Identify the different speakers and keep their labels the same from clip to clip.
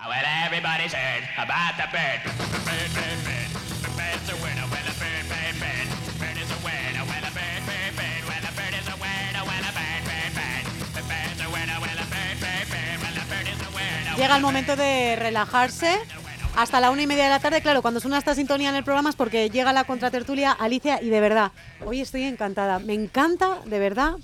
Speaker 1: Well, everybody's heard about the bird. The bird, bird, bird. The bird's a winner. Well, a bird, bird, bird. Bird is a winner. Well, a bird, bird, bird. Well, a bird is a winner. Well, a bird, bird, bird. The bird's a winner. Well, a bird, bird, bird. Well, a bird is a winner.
Speaker 2: Llega el momento de relajarse. Hasta la una y media de la tarde, claro, cuando suena esta sintonía en el programa es porque llega la contratertulia Alicia y de verdad, hoy estoy encantada. Me encanta, de verdad,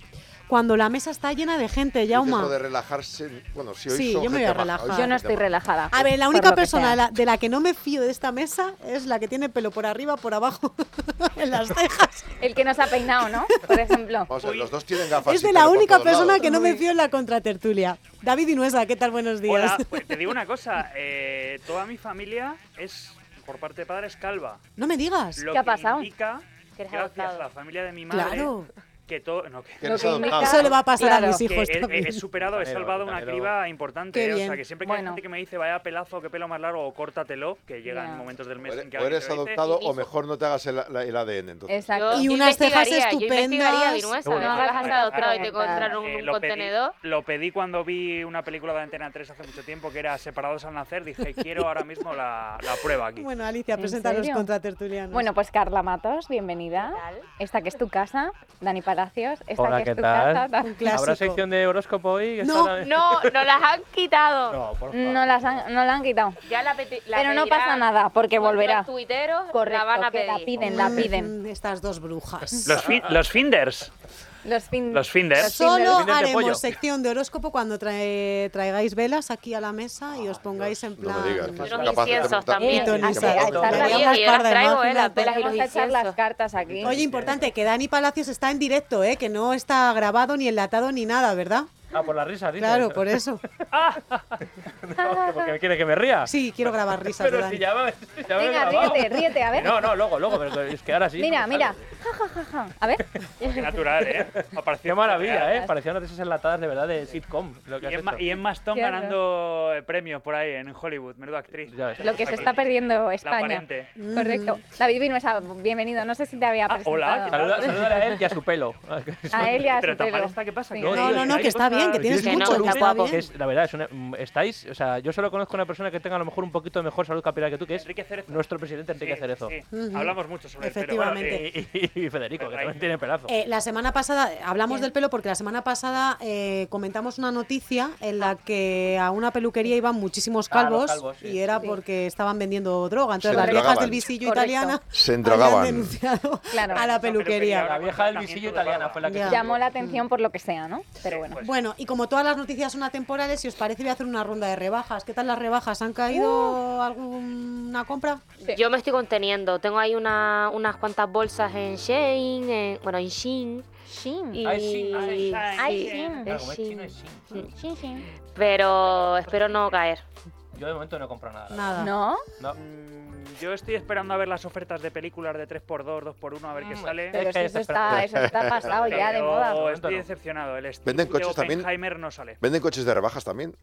Speaker 2: cuando la mesa está llena de gente,
Speaker 3: Lo de
Speaker 2: Yauma.
Speaker 3: relajarse. Bueno, si hoy
Speaker 2: Sí,
Speaker 3: son
Speaker 2: yo me
Speaker 3: gente
Speaker 2: voy a
Speaker 3: baja, hoy
Speaker 2: relajar.
Speaker 3: son
Speaker 4: Yo no
Speaker 3: gente
Speaker 4: estoy
Speaker 3: baja.
Speaker 4: relajada.
Speaker 2: A ver, la
Speaker 4: por
Speaker 2: única
Speaker 4: lo que
Speaker 2: persona de
Speaker 4: sea.
Speaker 2: la, de la que no me fío de esta mesa es la que tiene pelo por arriba, por abajo, en las cejas.
Speaker 4: El que nos ha peinado, ¿no? Por ejemplo.
Speaker 3: Vamos a ver, los dos tienen gafas.
Speaker 2: Es
Speaker 3: sí,
Speaker 2: de la
Speaker 3: pero por
Speaker 2: única
Speaker 3: todos
Speaker 2: persona
Speaker 3: lados.
Speaker 2: que no me fío en la contratertulia. David Inuesa, ¿qué tal? Buenos días.
Speaker 5: Hola, pues te digo una cosa, eh, toda mi familia es, por parte de padres, calva.
Speaker 2: No me digas.
Speaker 5: Lo
Speaker 4: ¿Qué ha
Speaker 5: que
Speaker 4: pasado?
Speaker 5: indica,
Speaker 4: Que eres
Speaker 5: gracias
Speaker 4: adoptado.
Speaker 5: a la familia de mi madre,
Speaker 2: Claro.
Speaker 5: que todo... No, que,
Speaker 3: Que
Speaker 4: Lo
Speaker 3: eres
Speaker 4: que indica-
Speaker 3: adoptado.
Speaker 2: Eso le va a pasar
Speaker 4: Claro.
Speaker 2: a mis
Speaker 5: que
Speaker 2: hijos
Speaker 5: he,
Speaker 2: también.
Speaker 5: he- he superado, he
Speaker 6: También,
Speaker 5: salvado una
Speaker 6: también.
Speaker 5: criba importante.
Speaker 2: Qué
Speaker 5: eh, O
Speaker 2: bien.
Speaker 5: sea, que siempre que hay
Speaker 4: Bueno.
Speaker 5: gente que me dice, vaya pelazo, qué pelo más largo, o córtatelo, que llegan
Speaker 4: Ya.
Speaker 5: momentos del
Speaker 3: O
Speaker 5: mes en
Speaker 3: eres,
Speaker 5: que
Speaker 3: o
Speaker 5: alguien
Speaker 3: eres
Speaker 5: te lo dice,
Speaker 3: adoptado
Speaker 5: y-
Speaker 3: o mejor no te hagas el, la- el ADN. Entonces.
Speaker 4: Exacto.
Speaker 2: Y
Speaker 7: Yo
Speaker 2: unas cejas
Speaker 7: investigaría, Yo investigaría,
Speaker 2: estupendas.
Speaker 7: Viruesa,
Speaker 6: Bueno,
Speaker 7: no hagas
Speaker 4: ahora-
Speaker 7: hasta adoptado y te
Speaker 4: ahora-
Speaker 7: encontraron un,
Speaker 5: Eh,
Speaker 7: un
Speaker 5: lo pedí-
Speaker 7: contenedor.
Speaker 5: lo pedí cuando vi una película de Antena 3 hace mucho tiempo que era Separados al Nacer. Dije, quiero ahora mismo la, la prueba aquí.
Speaker 2: Bueno, Alicia,
Speaker 4: ¿En
Speaker 2: presenta a los
Speaker 4: serio?
Speaker 2: contratertulianos.
Speaker 4: Bueno, pues Carla Matos, bienvenida.
Speaker 7: tal?
Speaker 4: Esta que es tu casa, Dani Palacios. Esta que
Speaker 6: Hola,
Speaker 4: es
Speaker 6: ¿qué
Speaker 4: tu
Speaker 6: tal?
Speaker 4: casa.
Speaker 2: Un
Speaker 4: Dan-
Speaker 2: clásico.
Speaker 6: ¿Habrá sección de horóscopo hoy? que
Speaker 2: No,
Speaker 6: está la-
Speaker 7: No, no las han quitado.
Speaker 6: No, por favor.
Speaker 4: No, las han- no la han quitado.
Speaker 7: Ya la peti- la
Speaker 4: Pero no
Speaker 7: pedirán
Speaker 4: pasa nada, porque
Speaker 7: otros
Speaker 4: volverá.
Speaker 7: tuiteros
Speaker 4: Correcto,
Speaker 7: la van a
Speaker 4: que la
Speaker 7: pedir.
Speaker 4: piden, la piden.
Speaker 2: Mm, Estas dos brujas.
Speaker 5: Los, fin- los Finders.
Speaker 4: Los, fin-
Speaker 5: Los Finders.
Speaker 4: los
Speaker 2: Solo
Speaker 6: Finders de pollo.
Speaker 2: haremos sección de horóscopo cuando trae- traigáis velas aquí a la mesa y os pongáis en
Speaker 3: No
Speaker 2: plan.
Speaker 3: me digas.
Speaker 7: Los
Speaker 3: Que son capaces de
Speaker 7: inciensos
Speaker 3: montar-
Speaker 7: también.
Speaker 2: Y Tony
Speaker 3: que
Speaker 2: Sa-
Speaker 3: montar-
Speaker 4: Ay,
Speaker 2: Carla,
Speaker 4: Sí,
Speaker 2: ya
Speaker 7: yo
Speaker 2: más
Speaker 7: las
Speaker 2: tarde,
Speaker 7: traigo,
Speaker 2: imagínate.
Speaker 7: eh, las velas y
Speaker 4: Vamos
Speaker 7: los
Speaker 4: a echar las
Speaker 7: inciensos.
Speaker 4: cartas aquí.
Speaker 2: Oye, importante, que Dani Palacios está en directo, ¿eh? que no está grabado ni enlatado ni nada, ¿verdad?
Speaker 6: Ah, por la risa, dices.
Speaker 2: Claro, por eso.
Speaker 6: No, porque quiere que me ría.
Speaker 2: Sí, quiero grabar risas de
Speaker 6: pero
Speaker 2: Dani.
Speaker 6: si ya, me- ya me he
Speaker 4: Venga,
Speaker 6: grabado.
Speaker 4: ríete, ríete, a ver.
Speaker 6: No, no, luego, luego, pero es que ahora sí.
Speaker 4: Mira,
Speaker 6: me
Speaker 4: mira.
Speaker 6: sale.
Speaker 4: Ja, ja, ja, ja. A ver.
Speaker 5: Qué natural, ¿eh? Ha parecido
Speaker 6: Qué maravilla, ¿eh?
Speaker 4: Gracias.
Speaker 6: Parecían risas enlatadas de verdad de sitcom. Lo que
Speaker 5: Y
Speaker 6: has
Speaker 5: Emma,
Speaker 6: hecho.
Speaker 5: y Emma Stone
Speaker 4: Qué horror.
Speaker 5: ganando eh, premios por ahí en Hollywood, menuda actriz.
Speaker 6: Ya ves.
Speaker 4: Lo que se está perdiendo España.
Speaker 5: aparente.
Speaker 4: Correcto.
Speaker 2: Mm.
Speaker 4: David Vinuesa, bienvenido. No sé si te había
Speaker 5: Ah,
Speaker 4: presentado.
Speaker 5: hola, ¿qué
Speaker 6: Saluda, salúdale a él y a su pelo.
Speaker 4: A él y a
Speaker 5: Pero
Speaker 4: su
Speaker 5: tan mal
Speaker 4: pelo.
Speaker 5: está, ¿qué pasa?
Speaker 4: Sí.
Speaker 5: Que-
Speaker 2: No, no, no,
Speaker 5: hay
Speaker 2: que está
Speaker 5: cosas-
Speaker 2: bien, que tienes
Speaker 7: que no,
Speaker 2: mucho, que
Speaker 7: está
Speaker 2: está
Speaker 7: guapo,
Speaker 6: Que
Speaker 2: bien.
Speaker 6: es, la verdad, es una, mm, estáis, o sea, yo solo conozco a una persona que tenga a lo mejor un poquito de mejor salud capilar que tú, que es
Speaker 5: Enrique Cerezo.
Speaker 6: nuestro presidente Enrique
Speaker 5: Sí,
Speaker 6: Cerezo.
Speaker 5: sí.
Speaker 2: Ujú.
Speaker 5: Hablamos mucho sobre el pelo.
Speaker 2: Efectivamente.
Speaker 5: Bueno, eh,
Speaker 6: Y, y- y Federico, que
Speaker 5: Ahí.
Speaker 6: también tiene pelazo.
Speaker 2: Eh, la semana pasada, hablamos del pelo porque la semana pasada eh, comentamos una noticia en la que a una peluquería iban muchísimos
Speaker 6: Ah, los
Speaker 2: calvos,
Speaker 6: calvos, sí.
Speaker 2: y era
Speaker 4: Sí.
Speaker 2: porque estaban vendiendo droga. Entonces
Speaker 3: Se
Speaker 2: las viejas
Speaker 3: drogaban.
Speaker 2: del visillo
Speaker 4: Correcto.
Speaker 2: italiana
Speaker 3: Se
Speaker 2: habían
Speaker 3: drogaban.
Speaker 2: denunciado
Speaker 4: Claro.
Speaker 2: a la
Speaker 5: esa
Speaker 2: peluquería.
Speaker 5: ahora
Speaker 6: La vieja del
Speaker 5: con
Speaker 6: visillo
Speaker 5: tratamiento de
Speaker 6: italiana
Speaker 5: barba.
Speaker 6: fue la que...
Speaker 2: Ya.
Speaker 4: Llamó la atención por lo que sea, ¿no? Pero bueno.
Speaker 5: pues,
Speaker 2: Bueno, y como todas las noticias son atemporales, si os parece, voy a hacer una ronda de rebajas. ¿Qué tal las rebajas? ¿Han
Speaker 4: Uh.
Speaker 2: caído alguna compra?
Speaker 7: Yo me estoy conteniendo. Tengo ahí una, unas cuantas bolsas en Shein, en, bueno, en Shein.
Speaker 4: Shin.
Speaker 7: Y,
Speaker 6: Ah, en Shein, ah, en
Speaker 7: sí,
Speaker 5: Shein.
Speaker 4: Ah, en Shein.
Speaker 7: en
Speaker 6: Claro, como es
Speaker 7: Shein.
Speaker 6: chino, es chino.
Speaker 4: Shin, shin.
Speaker 7: Pero espero no caer.
Speaker 6: Yo de momento no he comprado nada.
Speaker 2: Nada.
Speaker 4: ¿No?
Speaker 6: No.
Speaker 5: Mm, Yo estoy esperando a ver las ofertas de películas de 3x2, 2x1, a ver qué sale.
Speaker 4: Pero si
Speaker 6: que
Speaker 4: eso está,
Speaker 6: espera-
Speaker 4: eso Mm, está pasado ya de
Speaker 5: Pero
Speaker 4: moda.
Speaker 5: Estoy
Speaker 6: No.
Speaker 5: decepcionado. El Steve
Speaker 3: ¿Venden
Speaker 5: de
Speaker 3: coches también?
Speaker 5: Oppenheimer no sale.
Speaker 3: ¿Venden coches de rebajas también?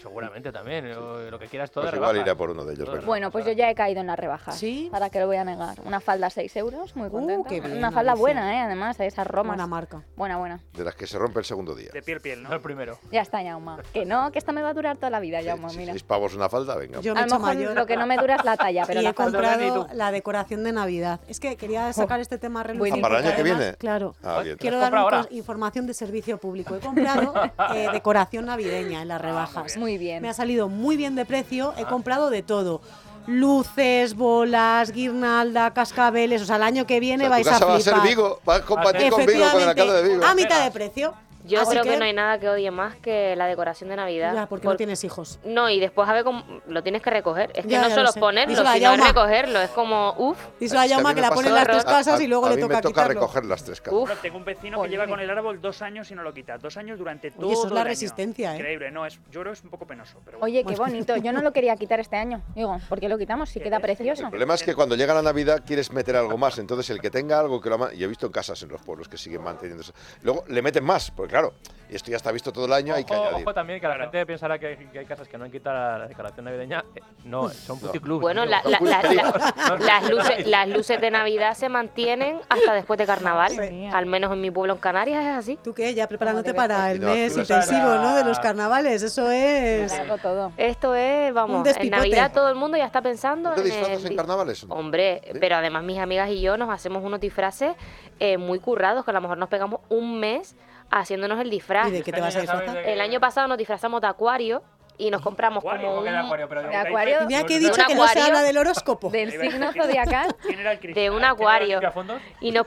Speaker 6: Seguramente también, o lo que quieras todo.
Speaker 3: Pues
Speaker 6: de
Speaker 3: igual
Speaker 6: rebajas.
Speaker 3: iré por uno de ellos,
Speaker 6: Todo de
Speaker 3: venga.
Speaker 4: Bueno, pues yo ya he caído en la rebaja.
Speaker 2: ¿Sí? Uh,
Speaker 4: ¿Para que lo voy a negar? Una falda 6 euros, muy contenta.
Speaker 2: qué bien,
Speaker 4: Una falda
Speaker 2: Alicia.
Speaker 4: buena, ¿eh? Además, ¿eh? esas romas.
Speaker 2: Buena marca.
Speaker 4: Buena, buena.
Speaker 3: De las que se rompe el segundo día.
Speaker 5: De piel piel,
Speaker 6: No
Speaker 5: ¿no?
Speaker 6: el primero.
Speaker 4: Ya está, Yauma. Que no, que esta me va a durar toda la vida, Yauma,
Speaker 3: Si- si
Speaker 4: mira.
Speaker 3: seis pavos una falda, venga.
Speaker 2: Yo me
Speaker 4: A
Speaker 2: he
Speaker 4: lo
Speaker 2: hecho
Speaker 4: mejor
Speaker 2: mayor.
Speaker 4: lo que no me dura es la talla, pero
Speaker 2: y
Speaker 4: la
Speaker 2: he
Speaker 4: falda...
Speaker 2: comprado la decoración de Navidad. Es que quería sacar este tema a relucir.
Speaker 4: Buenísimo.
Speaker 3: Ah, ¿Para el año
Speaker 2: porque
Speaker 3: que
Speaker 2: además,
Speaker 3: viene?
Speaker 2: Claro.
Speaker 3: Ah, bien.
Speaker 2: Quiero
Speaker 6: ¿Has
Speaker 2: dar
Speaker 6: comprado
Speaker 2: un
Speaker 6: ahora?
Speaker 2: cons- información de servicio público. He comprado eh, decoración navideña
Speaker 7: Ah,
Speaker 2: en las rebajas.
Speaker 4: Muy bien.
Speaker 2: Me ha salido muy bien de precio. He comprado de todo. Luces, bolas, guirnalda, cascabeles. O sea, el año que
Speaker 3: O
Speaker 2: viene
Speaker 3: sea, tu
Speaker 2: vais
Speaker 3: casa
Speaker 2: a
Speaker 3: va a
Speaker 2: flipar.
Speaker 3: ser Vigo, vas a compartir con Vigo, con la casa de
Speaker 2: Efectivamente, Ah,
Speaker 3: Vigo.
Speaker 2: a mitad de precio.
Speaker 7: Yo
Speaker 4: Ah,
Speaker 2: Así
Speaker 7: creo que...
Speaker 2: que-
Speaker 7: no hay nada que odie más que la decoración de Navidad.
Speaker 2: Ya, porque
Speaker 7: Por-
Speaker 2: no tienes hijos.
Speaker 7: No, y después a ver cómo lo tienes que recoger. Es que
Speaker 2: Ya,
Speaker 7: no
Speaker 2: ya lo
Speaker 7: solo es
Speaker 2: sé.
Speaker 7: ponerlo,
Speaker 2: Díselo a
Speaker 7: sino es
Speaker 2: Yauma.
Speaker 7: recogerlo. Es como, uff,
Speaker 2: Dice la
Speaker 3: Es que a
Speaker 2: llama
Speaker 3: mí
Speaker 2: que
Speaker 3: me
Speaker 2: la pone en
Speaker 3: pasa-
Speaker 2: las tres
Speaker 3: a- a-
Speaker 2: casas y luego
Speaker 3: a
Speaker 2: le
Speaker 3: mí
Speaker 2: toca
Speaker 3: me toca
Speaker 2: quitarlo.
Speaker 3: recoger las tres casas.
Speaker 7: uff.
Speaker 5: Bueno, tengo un vecino que
Speaker 4: Jolín,
Speaker 5: lleva con
Speaker 4: eh.
Speaker 5: el árbol dos años y no lo quita. Dos años durante todo
Speaker 2: Oye, eso es la
Speaker 5: el año.
Speaker 2: resistencia, ¿eh?
Speaker 5: Increíble, no, es, yo creo que es un poco penoso. Pero bueno.
Speaker 4: Oye, qué bonito. Yo no lo quería quitar este año. Digo, ¿por qué lo quitamos? Si queda precioso.
Speaker 3: El problema es que cuando llega la Navidad quieres meter algo más, entonces el que tenga algo que lo ama, y he visto en casas en los pueblos que siguen manteniendo eso. Luego le meten más, porque claro, esto ya está visto todo el año, hay que
Speaker 6: Ojo,
Speaker 3: añadir.
Speaker 6: ojo también, que la
Speaker 5: Claro.
Speaker 6: gente pensará que, hay- que hay casas que no han quitado la declaración navideña. Eh, No, son puticlubs.
Speaker 7: Bueno,
Speaker 6: tío.
Speaker 7: la- la- la- la- las, luces, las luces de Navidad se mantienen hasta después de carnaval.
Speaker 2: Madre
Speaker 4: mía.
Speaker 7: Al menos en mi pueblo, en Canarias, es así.
Speaker 2: ¿Tú qué? Ya preparándote
Speaker 4: Madre
Speaker 2: para el
Speaker 3: No,
Speaker 2: mes
Speaker 3: tú no
Speaker 2: intensivo,
Speaker 6: sabes.
Speaker 2: ¿no? De los carnavales. Eso es.
Speaker 4: Hago todo.
Speaker 7: Esto es, vamos, en
Speaker 2: despipote.
Speaker 7: Navidad todo el mundo ya está pensando.
Speaker 3: ¿No te
Speaker 7: en
Speaker 3: disfrazas
Speaker 7: el
Speaker 3: en
Speaker 7: di-
Speaker 3: carnavales?
Speaker 7: Hombre,
Speaker 3: ¿Sí?
Speaker 7: pero además mis amigas y yo nos hacemos unos disfraces eh, muy currados, que a lo mejor nos pegamos un mes haciéndonos el disfraz.
Speaker 2: ¿Y de qué te vas a disfrazar?
Speaker 7: El año pasado nos disfrazamos de acuario y nos compramos como un-
Speaker 6: de acuario? Pero
Speaker 4: De acuario.
Speaker 2: Mira que he
Speaker 7: ¿Un
Speaker 2: dicho que no se
Speaker 7: acuario?
Speaker 2: habla del horóscopo.
Speaker 4: Del signo zodiacal.
Speaker 5: ¿Quién era el cristal?
Speaker 7: de un acuario
Speaker 6: ¿A fondo?
Speaker 7: y nos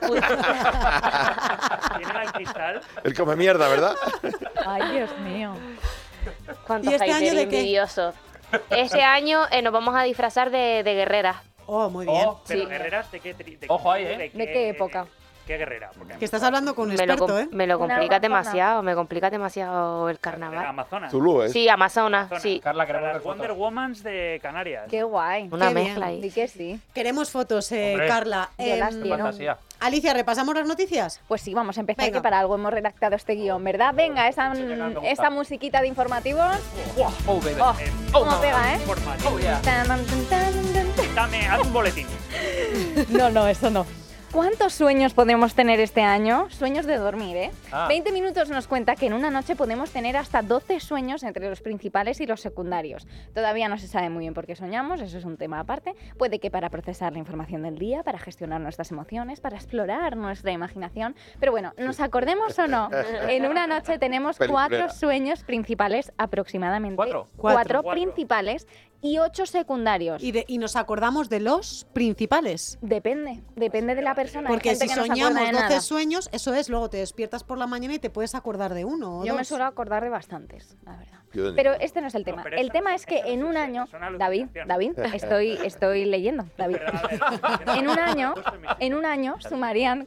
Speaker 7: pusimos
Speaker 5: ¿Quién era el cristal?
Speaker 3: El come mierda, ¿verdad?
Speaker 4: Ay, Dios mío.
Speaker 7: cuántos
Speaker 2: ¿Y este año de qué?
Speaker 7: envidiosos. Este año eh, nos vamos a disfrazar de, de guerreras.
Speaker 2: Oh, muy bien.
Speaker 6: Oh,
Speaker 5: Pero
Speaker 7: Sí.
Speaker 5: guerreras de qué tri- de-
Speaker 6: Ojo ahí, ¿eh?
Speaker 4: ¿De qué época?
Speaker 5: ¿Qué guerrera? Porque
Speaker 2: Que estás hablando con un
Speaker 7: Me lo, com-
Speaker 2: experto, ¿eh?
Speaker 7: me lo
Speaker 4: Una
Speaker 7: complica
Speaker 4: amazona.
Speaker 7: demasiado, me complica demasiado el
Speaker 5: Amazonas.
Speaker 7: carnaval.
Speaker 5: Amazonas.
Speaker 3: Zulu, ¿eh?
Speaker 7: Sí, Amazonas,
Speaker 5: Amazonas.
Speaker 7: sí.
Speaker 6: Carla, queremos ver
Speaker 5: Las
Speaker 6: fotos.
Speaker 5: Wonder Womans de Canarias.
Speaker 4: Qué guay.
Speaker 7: Una
Speaker 2: Qué bien.
Speaker 7: mezcla ahí.
Speaker 4: Sí que sí.
Speaker 2: Queremos fotos, eh,
Speaker 6: Hombre.
Speaker 2: Carla.
Speaker 4: Yo las
Speaker 2: Em,
Speaker 4: quiero.
Speaker 6: Fantasía.
Speaker 2: Alicia, ¿repasamos las noticias?
Speaker 4: Pues sí, vamos a empezar,
Speaker 2: Venga.
Speaker 4: que para algo hemos redactado este guión, ¿verdad? Venga, esa,
Speaker 6: Sí, venga, me gusta.
Speaker 4: esa musiquita de informativos.
Speaker 6: Oh, baby.
Speaker 4: Oh,
Speaker 5: Oh,
Speaker 4: ¿Cómo
Speaker 5: no,
Speaker 4: pega, eh?
Speaker 5: informativo.
Speaker 6: Oh, yeah.
Speaker 4: Tan, tan, tan, tan, tan.
Speaker 5: Dame, haz un boletín.
Speaker 4: No, no, eso no. ¿Cuántos sueños podemos tener este año? Sueños de dormir, ¿eh?
Speaker 6: Ah.
Speaker 4: 20 minutos nos cuenta que en una noche podemos tener hasta 12 sueños entre los principales y los secundarios. Todavía no se sabe muy bien por qué soñamos, eso es un tema aparte. Puede que para procesar la información del día, para gestionar nuestras emociones, para explorar nuestra imaginación. Pero bueno, nos acordemos o no, en una noche tenemos cuatro
Speaker 3: Peliculera.
Speaker 4: sueños principales aproximadamente.
Speaker 6: ¿Cuatro?
Speaker 4: Cuatro,
Speaker 5: Cuatro. Cuatro.
Speaker 4: principales y ocho secundarios.
Speaker 2: Y, de- y nos acordamos de los principales.
Speaker 4: Depende, depende de la persona. Hay
Speaker 2: Porque si
Speaker 4: gente que no se acuerda
Speaker 2: soñamos
Speaker 4: de
Speaker 2: 12
Speaker 4: nada.
Speaker 2: sueños, eso es, luego te despiertas por la mañana y te puedes acordar de uno o
Speaker 4: Yo me
Speaker 2: dos.
Speaker 4: suelo acordar de bastantes, la verdad.
Speaker 3: Yo de
Speaker 4: Pero
Speaker 3: ninguno.
Speaker 4: este no es el tema.
Speaker 5: pero
Speaker 4: el
Speaker 5: eso-
Speaker 4: tema es que
Speaker 5: eso no
Speaker 4: en
Speaker 5: son
Speaker 4: un
Speaker 5: sueños,
Speaker 4: año,
Speaker 5: son
Speaker 4: David, David,
Speaker 5: alucinaciones.
Speaker 4: estoy, estoy leyendo, David.
Speaker 5: Perdón, a ver,
Speaker 4: En un año,
Speaker 5: Justo en mi sitio.
Speaker 4: en un año sumarían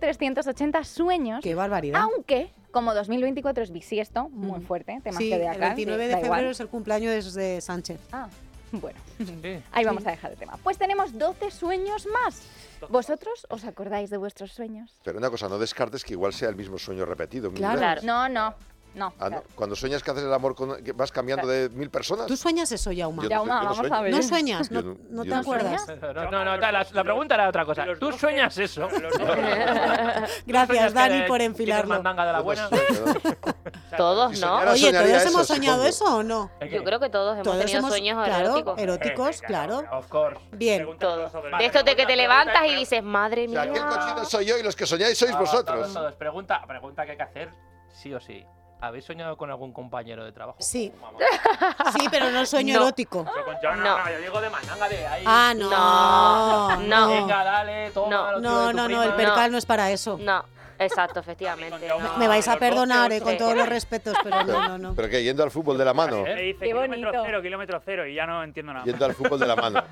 Speaker 4: 4.380 sueños,
Speaker 2: ¡Qué
Speaker 4: Ah,
Speaker 2: barbaridad!
Speaker 4: aunque como 2024 es bisiesto, muy fuerte, tema
Speaker 2: Mm. sí,
Speaker 4: que de
Speaker 2: el
Speaker 4: acá.
Speaker 2: 29 de
Speaker 4: da
Speaker 2: febrero
Speaker 4: igual.
Speaker 2: es el cumpleaños de, de Sánchez.
Speaker 4: Ah, bueno.
Speaker 6: Sí.
Speaker 4: Ahí vamos a dejar el tema. Pues tenemos 12 sueños más. ¿Vosotros os acordáis de vuestros sueños?
Speaker 3: Pero una cosa, no descartes que igual sea el mismo sueño repetido. mil
Speaker 2: Claro.
Speaker 3: veces.
Speaker 4: No,
Speaker 7: Claro.
Speaker 4: no, no.
Speaker 3: Ah, ¿no? Cuando sueñas que haces el amor, con, que vas cambiando de mil personas.
Speaker 2: ¿Tú sueñas eso, Yauma?
Speaker 3: Yo
Speaker 4: Ya,
Speaker 3: no sé,
Speaker 4: Uma,
Speaker 3: yo no
Speaker 4: vamos
Speaker 3: sueño.
Speaker 4: a ver.
Speaker 2: No sueñas, no,
Speaker 3: Yo no-
Speaker 2: no te
Speaker 3: yo no
Speaker 2: acuerdas.
Speaker 4: sueño.
Speaker 6: No, no, no, la, la pregunta era otra cosa.
Speaker 5: Los
Speaker 6: ¿Tú
Speaker 5: doce-
Speaker 6: sueñas eso?
Speaker 5: los doce-
Speaker 2: Gracias,
Speaker 6: ¿Sueñas que
Speaker 2: Dani, por
Speaker 6: tienes
Speaker 2: enfilarlo.
Speaker 6: mandanga de la
Speaker 3: Yo no
Speaker 6: buena?
Speaker 3: sueño, ¿no?
Speaker 7: Todos,
Speaker 3: Sí,
Speaker 7: ¿no?
Speaker 3: señora. Ahora
Speaker 2: Oye,
Speaker 3: soñaría
Speaker 2: ¿todos
Speaker 3: eso,
Speaker 2: hemos soñado
Speaker 3: supongo.
Speaker 2: eso o no?
Speaker 7: Yo creo que todos hemos
Speaker 2: Todos
Speaker 7: tenido
Speaker 2: hemos,
Speaker 7: sueños
Speaker 2: claro,
Speaker 7: eróticos.
Speaker 6: Eh,
Speaker 2: eróticos, claro.
Speaker 6: Of course.
Speaker 2: Bien.
Speaker 5: Pregunta
Speaker 7: Todos.
Speaker 5: sobre-
Speaker 7: De esto de que te levantas y dices, madre
Speaker 3: O sea,
Speaker 7: mía.
Speaker 3: aquí el cochino soy yo y los que soñáis sois
Speaker 6: Todos,
Speaker 3: vosotros.
Speaker 6: todos, todos. Pregunta, pregunta que hay que hacer sí o sí. ¿Habéis soñado con algún compañero de trabajo?
Speaker 2: Sí.
Speaker 6: Vamos.
Speaker 2: Sí, pero no sueño
Speaker 7: No.
Speaker 2: erótico.
Speaker 5: Yo con- yo no,
Speaker 7: No.
Speaker 5: yo digo de mandanga de ahí.
Speaker 2: Ah, no.
Speaker 7: No, no.
Speaker 6: Venga, dale, toma,
Speaker 7: No.
Speaker 6: lo tiro de
Speaker 2: No,
Speaker 6: tu
Speaker 2: no, no,
Speaker 6: prima.
Speaker 2: el percal no es para eso.
Speaker 7: No, exacto, efectivamente. no.
Speaker 2: Me vais a
Speaker 5: Los
Speaker 2: perdonar,
Speaker 5: doce,
Speaker 2: eh, con
Speaker 7: sí.
Speaker 2: todos los respetos, pero
Speaker 3: Pero,
Speaker 2: no, no, no.
Speaker 3: pero que yendo al fútbol de la mano.
Speaker 5: Me dice
Speaker 4: Qué
Speaker 5: kilómetro
Speaker 4: bonito.
Speaker 5: cero, kilómetro cero y ya no entiendo nada.
Speaker 3: Yendo al fútbol de la mano.